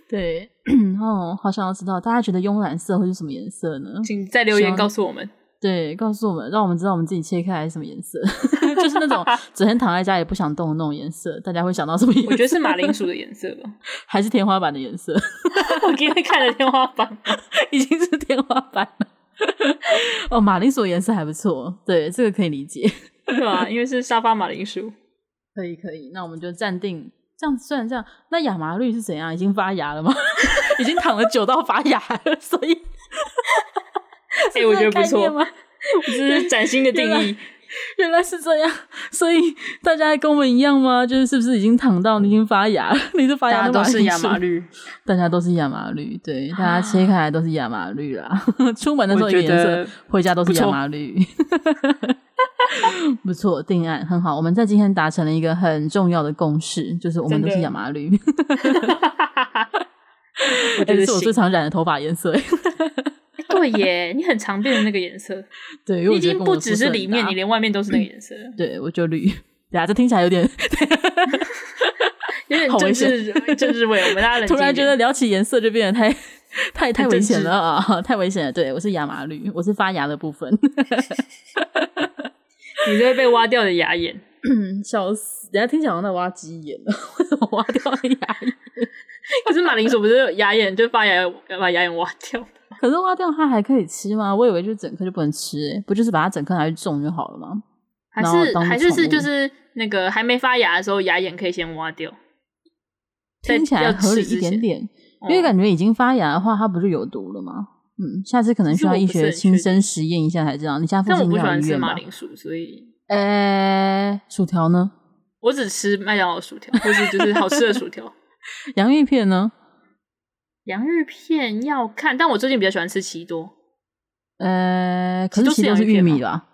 S2: 对， 哦，好想要知道大家觉得慵懒色会是什么颜色呢？
S1: 请在留言
S2: 行
S1: 告诉我们。
S2: 对，告诉我们，让我们知道我们自己切开来是什么颜色， 就是 那种整天躺在家也不想动的那种颜色，大家会想到什么颜色？
S1: 我觉得是马铃薯的颜色吧。
S2: 还是天花板的颜色，
S1: 我今天看了天花板，
S2: 已经是天花板了。 哦，马铃薯的颜色还不错，对，这个可以理解，
S1: 对 吧？因为是沙发马铃薯，
S2: 可以可以。那我们就暂定这样，虽然这样，那亚麻绿是怎样？已经发芽了吗？ 已经躺了久到发芽了，所以
S1: 哎、我觉得不
S2: 是这个概念
S1: 错，
S2: 吗？
S1: 这是崭新的定
S2: 原
S1: 义。
S2: 原来是这样，所以大家跟我们一样吗？就是是不是已经躺到你已经发芽了？ 你是发芽
S1: 大家
S2: 的
S1: 都是
S2: 铃
S1: 亚
S2: 薯
S1: 麻绿，
S2: 大家都是亚麻绿，对，大家切开来都是亚麻绿啦。 出门的时候
S1: 啊我觉
S2: 一个颜
S1: 得
S2: 色，回家都是亚麻绿。 不错，定案很好。我们在今天达成了一个很重要的共识，就是我们
S1: 真
S2: 都
S1: 的
S2: 是亚麻绿。
S1: 我觉
S2: 这
S1: 得
S2: 是我
S1: 行
S2: 最。常染的头发颜色。
S1: 对耶，你很常变的那个颜色，
S2: 对，
S1: 你
S2: 因为我
S1: 已
S2: 觉得
S1: 经
S2: 跟我
S1: 不
S2: 的肤
S1: 只
S2: 色
S1: 是
S2: 很
S1: 里面，
S2: 搭
S1: 你连外面都是那个颜 色，
S2: 对我就绿。 对啊，这听起来有点，
S1: 有点
S2: 好危
S1: 政治政治味。我们大家冷
S2: 突
S1: 静一
S2: 然
S1: 点
S2: 觉得聊起颜色就变得太 太太
S1: 很
S2: 危
S1: 政
S2: 险
S1: 治
S2: 了啊， 太危险了。对我是亚麻绿，我是发芽的部分。
S1: 你这会被挖掉的牙眼，
S2: 笑死！人家听起来好像在挖鸡眼呢， 为什么挖掉了牙眼？
S1: 可是马铃薯不是有牙眼，就发芽要把牙眼挖掉。
S2: 可是挖掉它还可以吃吗？我以为就是整颗就不能吃、欸，不就是把它整颗拿去种就好了吗？
S1: 还
S2: 然后
S1: 是
S2: 当
S1: 还是
S2: 宠
S1: 是
S2: 物
S1: 就是那个还没发芽的时候，牙眼可以先挖掉，在
S2: 听起来
S1: 要
S2: 合理
S1: 吃之
S2: 一点
S1: 前
S2: 点，
S1: 哦
S2: 因为感觉已经发芽的话，它不就有毒了吗？嗯，下次可能需要医
S1: 其实我不是
S2: 学
S1: 很确定
S2: 亲身实验一下才知道。你家附
S1: 但我
S2: 近
S1: 不
S2: 应
S1: 喜
S2: 该有
S1: 欢
S2: 医
S1: 吃
S2: 院
S1: 马
S2: 吧？
S1: 铃薯，所以
S2: 呃、薯条呢？
S1: 我只吃麦当劳薯条，或是就是好吃的薯条。
S2: 洋芋片呢？
S1: 洋芋片要看，但我最近比较喜欢吃奇多，
S2: 呃，可是
S1: 奇
S2: 奇
S1: 多
S2: 多
S1: 是洋
S2: 是
S1: 芋
S2: 玉
S1: 片吗
S2: 米吧？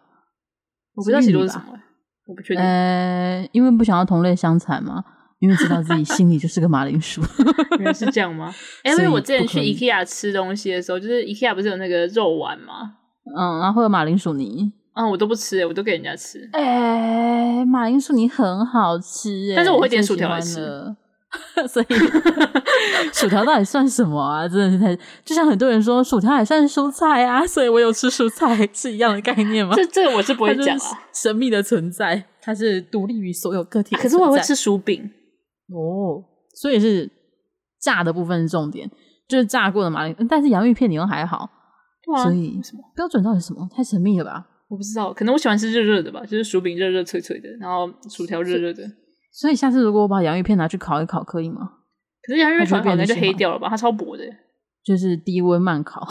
S1: 我不知道奇多
S2: 玉米
S1: 是
S2: 吧
S1: 什么，我不确定。
S2: 呃，因为不想要同类相残嘛，因为知道自己心里就是个马铃薯。
S1: 原来是这样吗？哎因
S2: 所以
S1: 为我之前
S2: 不
S1: 去
S2: 可以
S1: IKEA 吃东西的时候，就是 IKEA 不是有那个肉丸吗？
S2: 嗯，然后会有马铃薯泥。
S1: 啊，我都不吃、我都给人家吃。
S2: 哎、马铃薯泥很好吃、哎，
S1: 但是我会点
S2: 最
S1: 薯条
S2: 喜
S1: 来吃
S2: 欢了。所以薯条到底算什么啊？真的是太，就像很多人说薯条也算是蔬菜啊，所以我有吃蔬菜是一样的概念吗？
S1: 这这个我是不会
S2: 啊它就是
S1: 讲啊。
S2: 神秘的存在，它是独立于所有个体的
S1: 可是我也
S2: 存
S1: 会
S2: 在
S1: 吃薯饼，
S2: 哦，所以是炸的部分是重点，就是炸过的马铃，但是洋芋片你又还好，
S1: 对啊
S2: 所以
S1: 什么
S2: 标准到底是什么？太神秘了吧？
S1: 我不知道，可能我喜欢吃热热的吧，就是薯饼热热脆脆的，然后薯条热热的。
S2: 所以下次如果我把洋芋片拿去烤一烤，可以吗？
S1: 可是洋芋片
S2: 它就会
S1: 烤好像
S2: 变
S1: 就
S2: 得
S1: 黑
S2: 喜欢
S1: 掉了吧？它超薄的，
S2: 就是低温慢烤。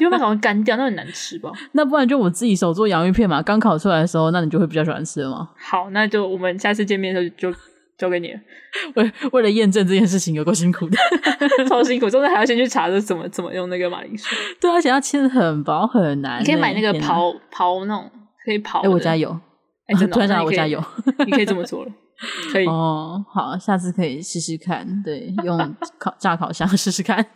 S1: 就把它烤成干掉，那很难吃 吧？
S2: 那不然就我自己手做洋芋片嘛，刚烤出来的时候，那你就会比较喜欢吃了吗？
S1: 好，那就我们下次见面的时候就就交给你了，
S2: 为为了验证这件事情，有够 辛苦的。
S1: 超辛苦，中间还要先去查这怎么怎么用那个马铃 薯。
S2: 对，啊而且要切的很薄很难欸、
S1: 你可以买那个
S2: 天哪。
S1: 刨刨那种可以刨
S2: 哎、
S1: 的。
S2: 我家有，
S1: 哎，真的哦
S2: 突然
S1: 那
S2: 想到
S1: 你
S2: 我
S1: 可以
S2: 家有
S1: 你可以这么 做了，可以。
S2: 哦，好，下次可以试试看，对，用 烤炸烤箱试试看。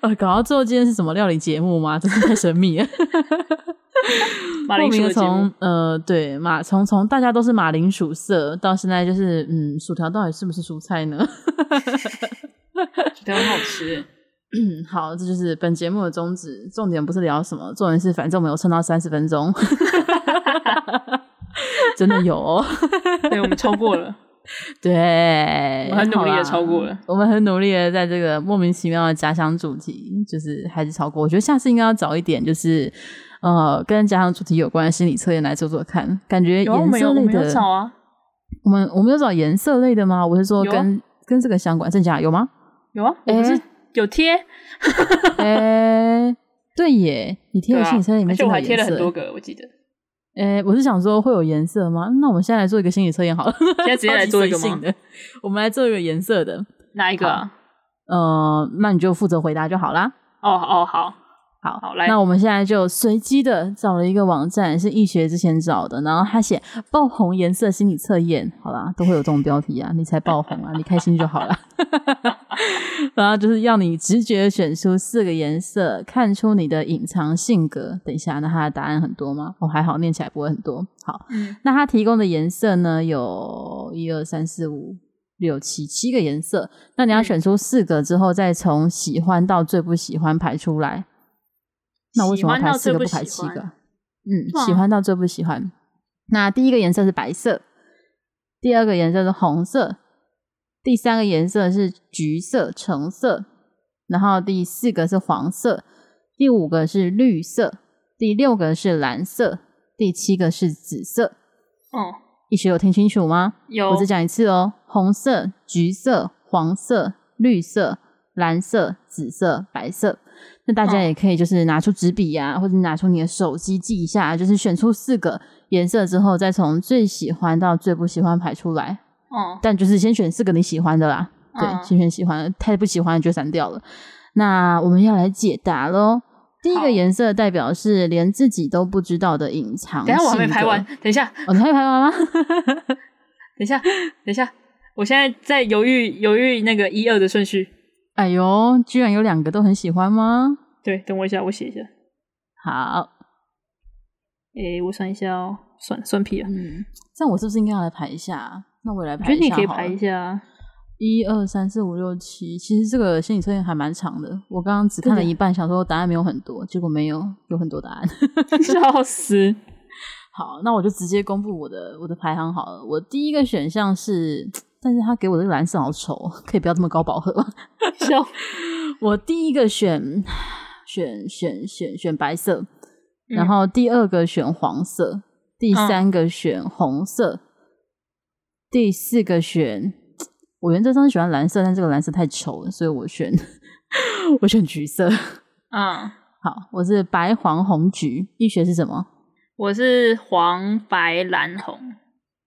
S2: 呃，搞到最后今天是什么料理节目吗？真是太神秘了。
S1: 马
S2: 莫
S1: 铃薯的
S2: 名的
S1: 节目
S2: 从呃对马从从大家都是马铃薯色，到现在就是嗯，薯条到底是不是蔬菜呢？
S1: 觉得很好吃，
S2: 嗯，好，这就是本节目的宗旨。重点不是聊什么，重点是反正我们有撑到三十分钟， 真的有、哦。
S1: 对我们超过 了，
S2: 对，
S1: 我们很努力地
S2: 哎好啦
S1: 超过了，
S2: 我们很努力的在这个莫名其妙的家乡主题，就是还是超过。我觉得下次应该要找一点，就是呃，跟家乡主题有关的心理测验来做做看，感觉
S1: 有啊我
S2: 哎颜
S1: 们有
S2: 色
S1: 我
S2: 类
S1: 们
S2: 的，
S1: 有找啊，
S2: 我们我们有找颜色类的吗？我是说
S1: 有啊
S2: 跟、跟这个相关，真假有吗？
S1: 有啊，我不
S2: 诶
S1: 是有贴，
S2: 哎、对耶，你贴
S1: 对
S2: 的
S1: 啊
S2: 行李车里
S1: 而
S2: 面
S1: 且
S2: 正
S1: 我
S2: 好
S1: 还
S2: 有
S1: 贴
S2: 颜
S1: 了
S2: 色
S1: 很多。个，我记得。
S2: 哎、我是想说会有颜色吗？那我们现在来做一个心理测验好了，
S1: 现在直接来做一个吗
S2: 超级随性的，我们来做一个颜色的。
S1: 哪一个啊？
S2: 呃，那你就负责回答就好啦。
S1: 哦哦好，
S2: 好，
S1: 好来
S2: 那我们现在就随机的找了一个网站，是易学之前找的，然后他写爆红颜色心理测验，好啦，都会有这种标题啊，你才爆红啊，你开心就好啦。 然后就是要你直觉地选出四个颜色，看出你的隐藏性格。等一下，那它的答案很多吗？哦，还好，念起来不会很多。好，
S1: 嗯
S2: 那它提供的颜色呢，有一二三四五六七七个颜色。那你要
S1: 嗯
S2: 选出四个之后，再从喜欢到最不喜欢排出来。那为什么要
S1: 喜欢到
S2: 排四
S1: 最
S2: 个
S1: 不
S2: 不
S1: 喜
S2: 排
S1: 欢
S2: 七个？嗯，
S1: 哇
S2: 喜欢到最不喜欢。嗯那第一个颜色是白色，第二个颜色是红色，第三个颜色是橘色、橙色，然后第四个是黄色，第五个是绿色，第六个是蓝色，第七个是紫色。
S1: 哦
S2: 一学有听清楚吗？
S1: 有
S2: 我再讲一次哦，红色、橘色、黄色、绿色、蓝色、紫色、白色。那大家
S1: 嗯
S2: 也可以就是拿出纸笔啊呀、或者拿出你的手机记一下，就是选出四个颜色之后，再从最喜欢到最不喜欢排出来。
S1: 哦
S2: 但就是先选四个你喜欢的啦，对，
S1: 嗯
S2: 先选喜欢的，太不喜欢的就删掉了。那我们要来解答喽。第一
S1: 好
S2: 个颜色代表是连自己都不知道的隐藏。
S1: 等一下我还没拍完，，等一下等
S2: 哦，你还没拍完吗？
S1: 一下等一下，我现在在犹豫犹豫那个一二的顺序。
S2: 哎呦，居然有两个都很喜欢吗？
S1: 对，等我一下，我写一下。
S2: 好，
S1: 诶，我算一下哦，算算屁啊！
S2: 嗯，这样我是不是应该要来排一下啊？那我也来
S1: 我
S2: 排
S1: 觉
S2: 一
S1: 得
S2: 下。
S1: 你可以排一。下啊，
S2: 一二三四五六七，其实这个心理测验还蛮长的。我刚刚只看了
S1: 对的
S2: 一半，想说答案没有很多，结果没有，有很多答案。
S1: 笑死！
S2: 好，那我就直接公布我的我的排行好了。我第一个选项是，但是他给我的蓝色好丑，可以不要这么高饱和吗？
S1: 笑
S2: 我第一个选选选选选白色，
S1: 嗯
S2: 然后第二个选黄色，第三个选红色，第四个选我原则上是喜欢蓝色，但这个蓝色太丑了，所以我选 我选橘色。
S1: 嗯，
S2: 好，我是白黄红橘，一学是什么？
S1: 我是黄白蓝红。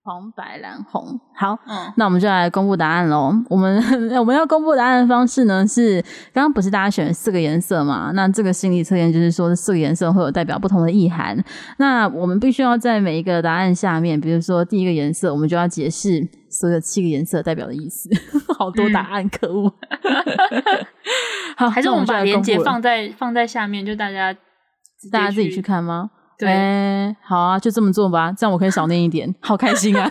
S2: 黄白蓝红。好，
S1: 嗯，
S2: 那我们就来公布答案喽。我们 我们要公布答案的方式呢是，刚刚不是大家选了四个颜色嘛？那这个心理测验就是说，这四个颜色会有代表不同的意涵。那我们必须要在每一个答案下面，比如说第一个颜色，我们就要解释所有七个颜色代表的意思。 好多答案，可恶！ 好，
S1: 嗯还是
S2: 那
S1: 我们把
S2: 就来
S1: 链
S2: 公布
S1: 接
S2: 了
S1: 放在放在下面，就大家直接
S2: 大家自己去。看吗？
S1: 对，
S2: 哎好啊，就这么做吧，这样我可以少念一点，好开心啊，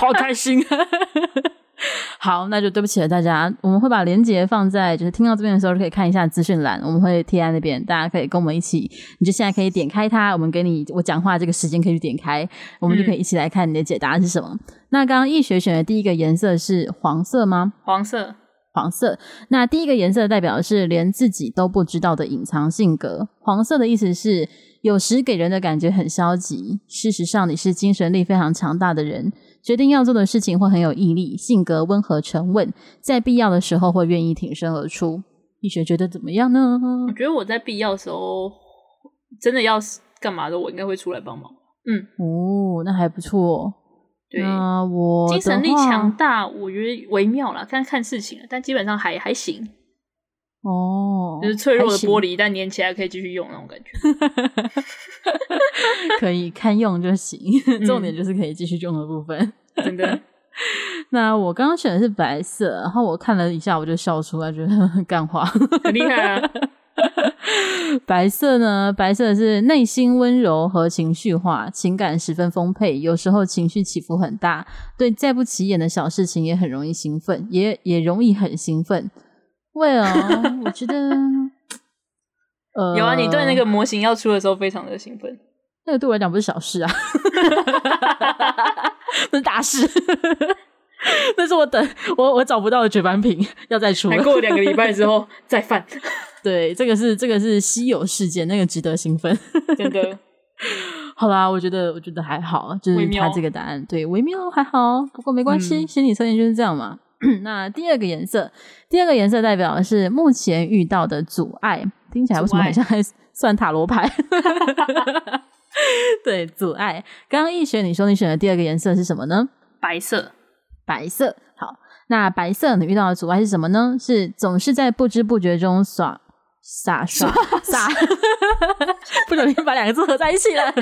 S2: 好开心啊。 好，那就对不起了大家，我们会把链接放在就是听到这边的时候就可以看一下资讯栏，我们会贴在那边，大家可以跟我们一起，你就现在可以点开它，我们给你我讲话这个时间可以去点开，我们就可以一起来看你的解答是什么。那刚刚易学选的第一个颜色是黄色吗？
S1: 黄色，
S2: 黄色。那第一个颜色代表的是连自己都不知道的隐藏性格。黄色的意思是，有时给人的感觉很消极，事实上你是精神力非常强大的人，决定要做的事情会很有毅力，性格温和沉稳，在必要的时候会愿意挺身而出。医学觉得怎么样呢？
S1: 我觉得我在必要的时候真的要是干嘛的，我应该会出来帮忙。
S2: 哦，那还不错哦。
S1: 对，
S2: 那我
S1: 精神
S2: 的
S1: 力
S2: 话
S1: 强大，我觉得微妙啦，看看事情了，但基本上还还行，
S2: 哦，
S1: 就是脆弱
S2: 还
S1: 的
S2: 行
S1: 玻璃，但粘起来可以继续用那种感觉。
S2: 可以堪用就行， 重点
S1: 嗯
S2: 就是可以继续用的部分。
S1: 真的，
S2: 那我刚刚选的是白色，然后我看了一下，我就笑出来，觉得 呵呵干话。
S1: 很厉害 啊！
S2: 白色呢，白色是内心温柔和情绪化，情感十分丰沛，有时候情绪起伏很大，对再不起眼的小事情也很容易兴奋，也也容易很兴奋。Well，我觉得，呃，
S1: 有啊，你对那个模型要出的时候非常的兴奋，
S2: 那个对我来讲不是小事啊， 那是大事。 那是我等我我找不到的绝版品，要再 出了
S1: 还。过两个礼拜之后再犯，
S2: 对，这个是这个是稀有事件，那个值得兴奋。
S1: 真的。
S2: 好啦，我觉得我觉得还好，就
S1: 微
S2: 是
S1: 妙嗯
S2: 他这个答案对微妙还好，不过没关系，心理测验就是这样嘛。 那第二个颜色，第二个颜色代表的是目前遇到的阻碍，听起来为什么好像还算塔罗牌？ 对，阻碍。刚刚易学，你说你选的第二个颜色是什么呢？
S1: 白色，
S2: 白色。好，那白色你遇到的阻碍是什么呢？是总是在不知不觉中耍 撒耍撒， 不小心把两个字合在一 起了，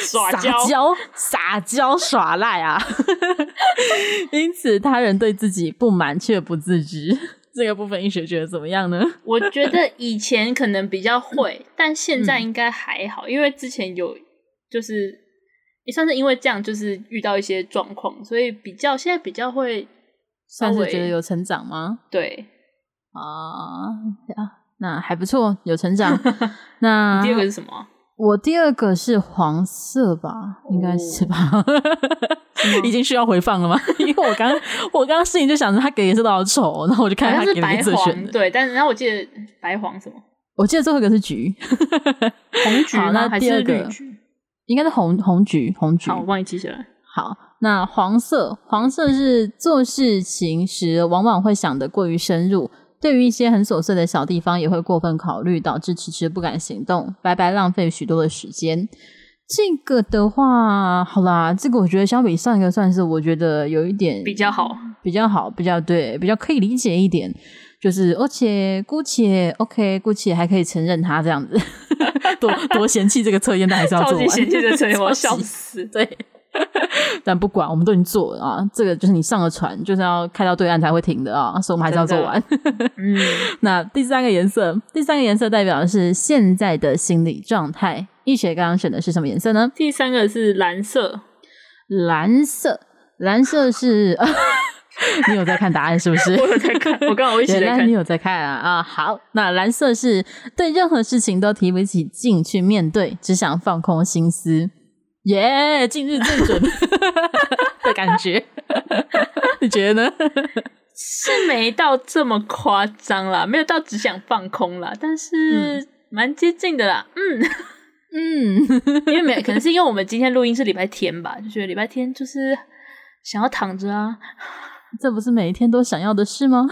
S1: 耍
S2: 撒
S1: 娇
S2: 娇撒娇耍赖啊！ 因此，他人对自己不满却不自知。这个部分，医学觉得怎么样呢？
S1: 我觉得以前可能比较会，但现在应该还好，因为之前有就是也算是因为这样，就是遇到一些状况，所以比较现在比较会稍
S2: 算
S1: 微
S2: 是觉得有成长吗？
S1: 对。
S2: 啊、 啊那还不错，有成长。 那
S1: 第二个是什么 啊？
S2: 我第二个是黄色吧，应
S1: 哦
S2: 该是吧？ 已经需要回放了吗？因为 我刚我刚刚心里就想着他给颜色都好丑哦，然后我就
S1: 好
S2: 看
S1: 像
S2: 他
S1: 是
S2: 给
S1: 白
S2: 颜色选
S1: 黄，
S2: 的。
S1: 对，但然后我记得白黄什么
S2: 我记得最后一个是橘，
S1: 红橘
S2: 好
S1: 吗？
S2: 那
S1: 还
S2: 第
S1: 是
S2: 二个
S1: 绿橘？
S2: 应该是红红橘红橘。
S1: 好，我帮你记起来。
S2: 好，那黄色，黄色是做事情时往往会想得过于深入，对于一些很琐碎的小地方也会过分考虑，导致迟迟不敢行动，白白浪费许多的时间。这个的话，好啦，这个我觉得相比上一个算是我觉得有一点
S1: 比较好，
S2: 比较好，比较对，比较可以理解一点。就是，而且姑且 OK，姑且还可以承认他这样子， 多多嫌弃这个测验，但还是要
S1: 超
S2: 做
S1: 级
S2: 完。
S1: 衔接的成员，我要 笑
S2: 超级
S1: 死。
S2: 对， 但不管，我们都已经做了啊。这个就是你上了船，就是要开到对岸才会停的啊，所以我们还是要做完。
S1: 嗯，
S2: 那第三个颜色，第三个颜色代表的是现在的心理状态。易学刚刚选的是什么颜色呢？
S1: 第三个是蓝 色，
S2: 蓝色，蓝色是。 你有在看答案是不是？
S1: 我有在看，我刚好一起
S2: 原
S1: 在
S2: 来
S1: 看
S2: 你。有在看啊啊！好，那蓝色是对任何事情都提不起劲去面对，只想放空心思。耶、近日最 准的感 觉，你觉得呢？
S1: 是没到这么夸张啦，没有到只想放空啦，但是蛮接近的啦。嗯，
S2: 嗯，
S1: 因为没可能是因为我们今天录音是礼拜天吧，就觉得礼拜天就是想要躺着 啊，
S2: 这不是每一天都想要的事吗？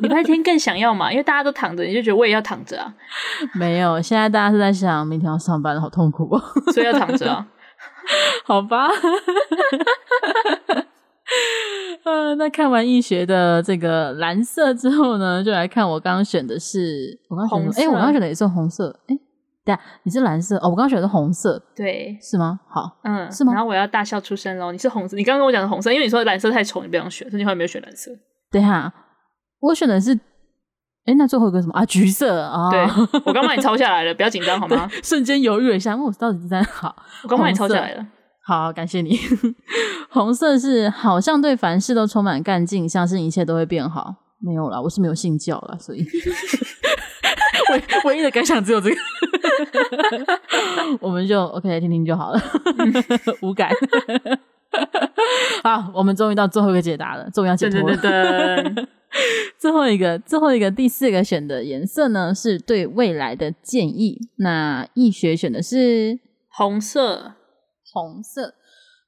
S1: 礼拜天更想要嘛，因为大家都躺着，你就觉得我也要躺着啊，
S2: 没有，现在大家是在想明天要上班，好痛苦哦。
S1: 所以要躺 着啊。
S2: 好吧。 呃，那看完易学的这个蓝色之后呢，就来看我刚刚选的是我刚刚选
S1: 红
S2: 的，
S1: 色
S2: 哎、我刚刚选的也是红色，哎、对啊，你是蓝色哦，我刚刚选的是红色
S1: 对，
S2: 是吗？好，
S1: 嗯，
S2: 是吗
S1: 然后我要大笑出声喽。你是红色，你刚刚跟我讲的红色，因为你说蓝色太丑，你不想选，所以你后来没有选蓝色。
S2: 等一下，我选的是，哎、那最后一个什么啊？橘色啊，
S1: 对，我刚把你抄下来了，不要紧张好吗？
S2: 瞬间犹豫了一下，问我到底是在好。
S1: 我刚把你抄
S2: 红色
S1: 下来了。
S2: 好，感谢你。 红色是好像对凡事都充满干劲，相信一切都会变好。没有啦，我是没有信教啦，所以唯唯一的感想只有这个。 我们就 OK 听听就好了， 无感。好，我们终于到最后一个解答了，终于要解
S1: 噔
S2: 脱
S1: 噔
S2: 了。
S1: 噔噔，
S2: 最后一个，最后一个第四个选的颜色呢，是对未来的建议。那易学选的是
S1: 红色，
S2: 红色，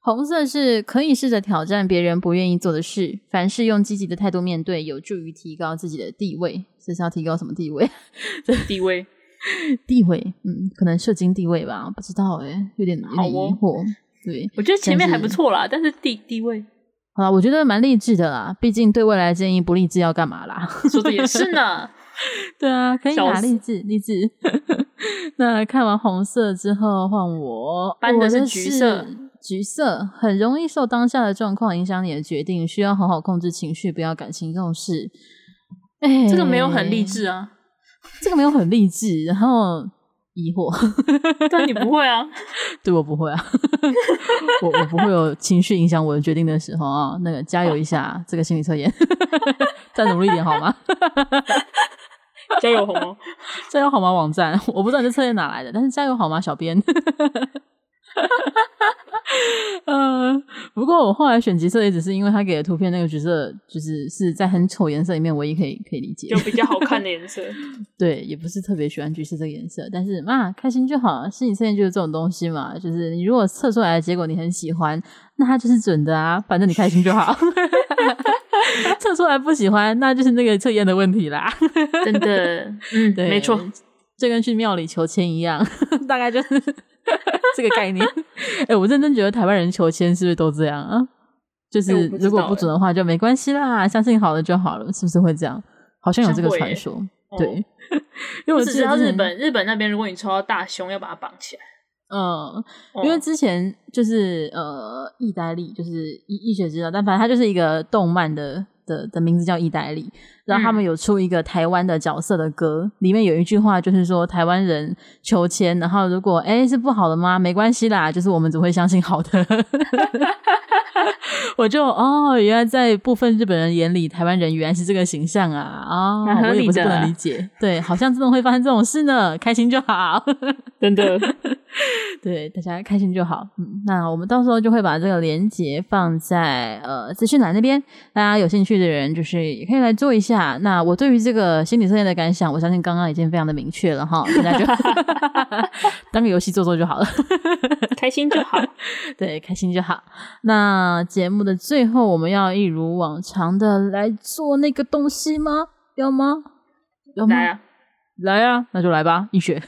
S2: 红色是可以试着挑战别人不愿意做的事，凡事用积极的态度面对，有助于提高自己的地位。这是要提高什么地位？
S1: 地位。
S2: 地位，嗯，可能社经地位吧，不知道诶、欸有点有
S1: 好
S2: 点
S1: 哦
S2: 疑惑。对，
S1: 我觉得前面还
S2: 但是
S1: 不错啦，但是地地位
S2: 好了，我觉得蛮励志的啦，毕竟对未来的建议不励志要干嘛啦？
S1: 说的也是 呢。
S2: 对啊，可以
S1: 笑
S2: 啦，
S1: 死
S2: 励志励志。 那看完红色之后，换我
S1: 搬的
S2: 我
S1: 是
S2: 的
S1: 橘色，
S2: 橘色很容易受当下的状况影响你的决定，需要好好控制情绪，不要感情用事。哎、
S1: 这个没有很励，志啊，
S2: 这个没有很励志，然后疑惑，
S1: 但你不会啊，
S2: 对我不会啊， 我我不会有情绪影响我的决定的时候啊。那个加油一下，这个心理测验， 再努力一点好吗？
S1: 加油红哦！
S2: 加油好吗网站， 我不知道你这测验哪来的，但是加油好吗，小编。 呃，不过我后来选橘色也只是因为他给的图片那个橘色，就是是在很丑颜色里面唯一可以可以理解
S1: 有。比较好看的颜色，
S2: 对，也不是特别喜欢橘色这个颜色，但是嘛，开心就好。心理测验就是这种东西嘛，就是你如果测出来的结果你很喜欢，那它就是准的啊，反正你开心就好。 测出来不喜欢，那就是那个测验的问题啦。
S1: 真的，嗯，
S2: 对
S1: 没错，
S2: 这跟去庙里求签一样， 大 概就是这个概念。 哎、我认真觉得台湾人求签是不是都这样啊？就是、
S1: 哎我不知道哎
S2: 如果不准的话，就没关系啦，相信好的就好了，是不是会这样？好像有这个
S1: 好像会
S2: 传
S1: 耶
S2: 说，
S1: 哦
S2: 对。因为
S1: 我
S2: 我
S1: 只
S2: 记
S1: 知
S2: 得
S1: 道
S2: 之
S1: 日
S2: 前，
S1: 本，日本那边如果你抽到大胸，要把它绑起来，
S2: 嗯，
S1: 哦
S2: 因为之前就是呃，意大利就是医医学知道，但反正它就是一个动漫的的的名字叫意大利，然后他
S1: 嗯
S2: 们有出一个台湾的角色的歌，里面有一句话就是说台湾人求签，然后如果哎、诶是不好的吗？没关系啦，就是我们只会相信好的。 我就哦，原来在部分日本人眼里，台湾人原来是这个形象啊哦，
S1: 蛮合
S2: 我也
S1: 理
S2: 不是
S1: 的
S2: 不能
S1: 啊
S2: 理解，对，好像真的会发生这种事呢，开心就好。
S1: 真的
S2: 对，大家开心就好。嗯，那我们到时候就会把这个链接放在呃资讯栏那边，大家有兴趣的人就是也可以来做一下。那我对于这个心理测验的感想，我相信刚刚已经非常的明确了哈，大家就 当个游戏做做就好了。
S1: 开心就 好。
S2: 对，开心就好。那节目的最后，我们要一如往常的来做那个东西吗？要吗？要吗？
S1: 来 啊，
S2: 来啊，那就来吧，一雪，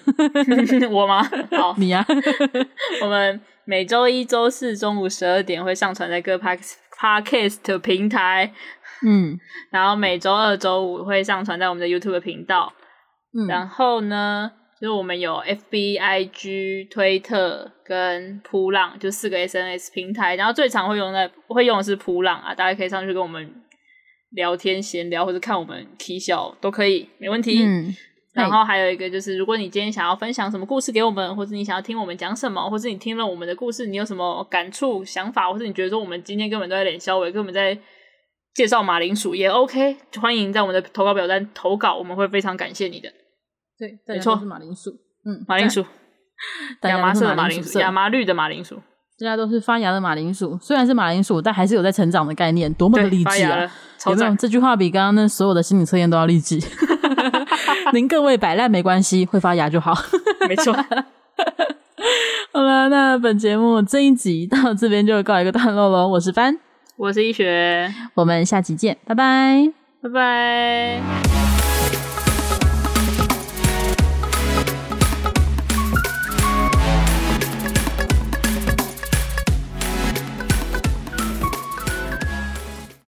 S1: 我吗？好，
S2: 你呀、
S1: 我们每周一、周四中午十二点会上传在各 p a podcast 平台，
S2: 嗯
S1: 然后每周二、周五会上传在我们的 YouTube 频道。
S2: 嗯，
S1: 然后呢，就是我们有 FB、IG、推特跟扑浪，就四个 SNS 平台。然后最常会用的会用的是扑浪啊，大家可以上去跟我们聊天闲聊，或者看我们 K 笑都可以，没问题。
S2: 嗯，
S1: 然后还有一个就是，如果你今天想要分享什么故事给我们，或者你想要听我们讲什么，或者你听了我们的故事，你有什么感触、想法，或者你觉得说我们今天根本都在脸消委，根本在介绍马铃薯也 OK，欢迎在我们的投稿表单投稿，我们会非常感谢你的。
S2: 对，大
S1: 没
S2: 家
S1: 错
S2: 都是马铃薯。嗯，
S1: 马铃薯，
S2: 大
S1: 亚
S2: 家
S1: 麻
S2: 都
S1: 色
S2: 是
S1: 的马
S2: 铃
S1: 铃
S2: 薯
S1: 薯，
S2: 色
S1: 亚麻绿的马铃薯，
S2: 大家都是发芽的马铃薯。虽然是马铃薯，但还是有在成长的概念，多么的
S1: 对，
S2: 励
S1: 发
S2: 志
S1: 芽
S2: 啊！
S1: 了，
S2: 有
S1: 超
S2: 没有
S1: 赞，
S2: 这句话比刚刚那所有的心理测验都要励志？ 您各位摆烂没关系，会发芽就好。
S1: 没错，
S2: 好了，那本节目这一集到这边就告一个段落喽。我是帆，
S1: 我是医学，
S2: 我们下集见，拜拜。
S1: 拜拜。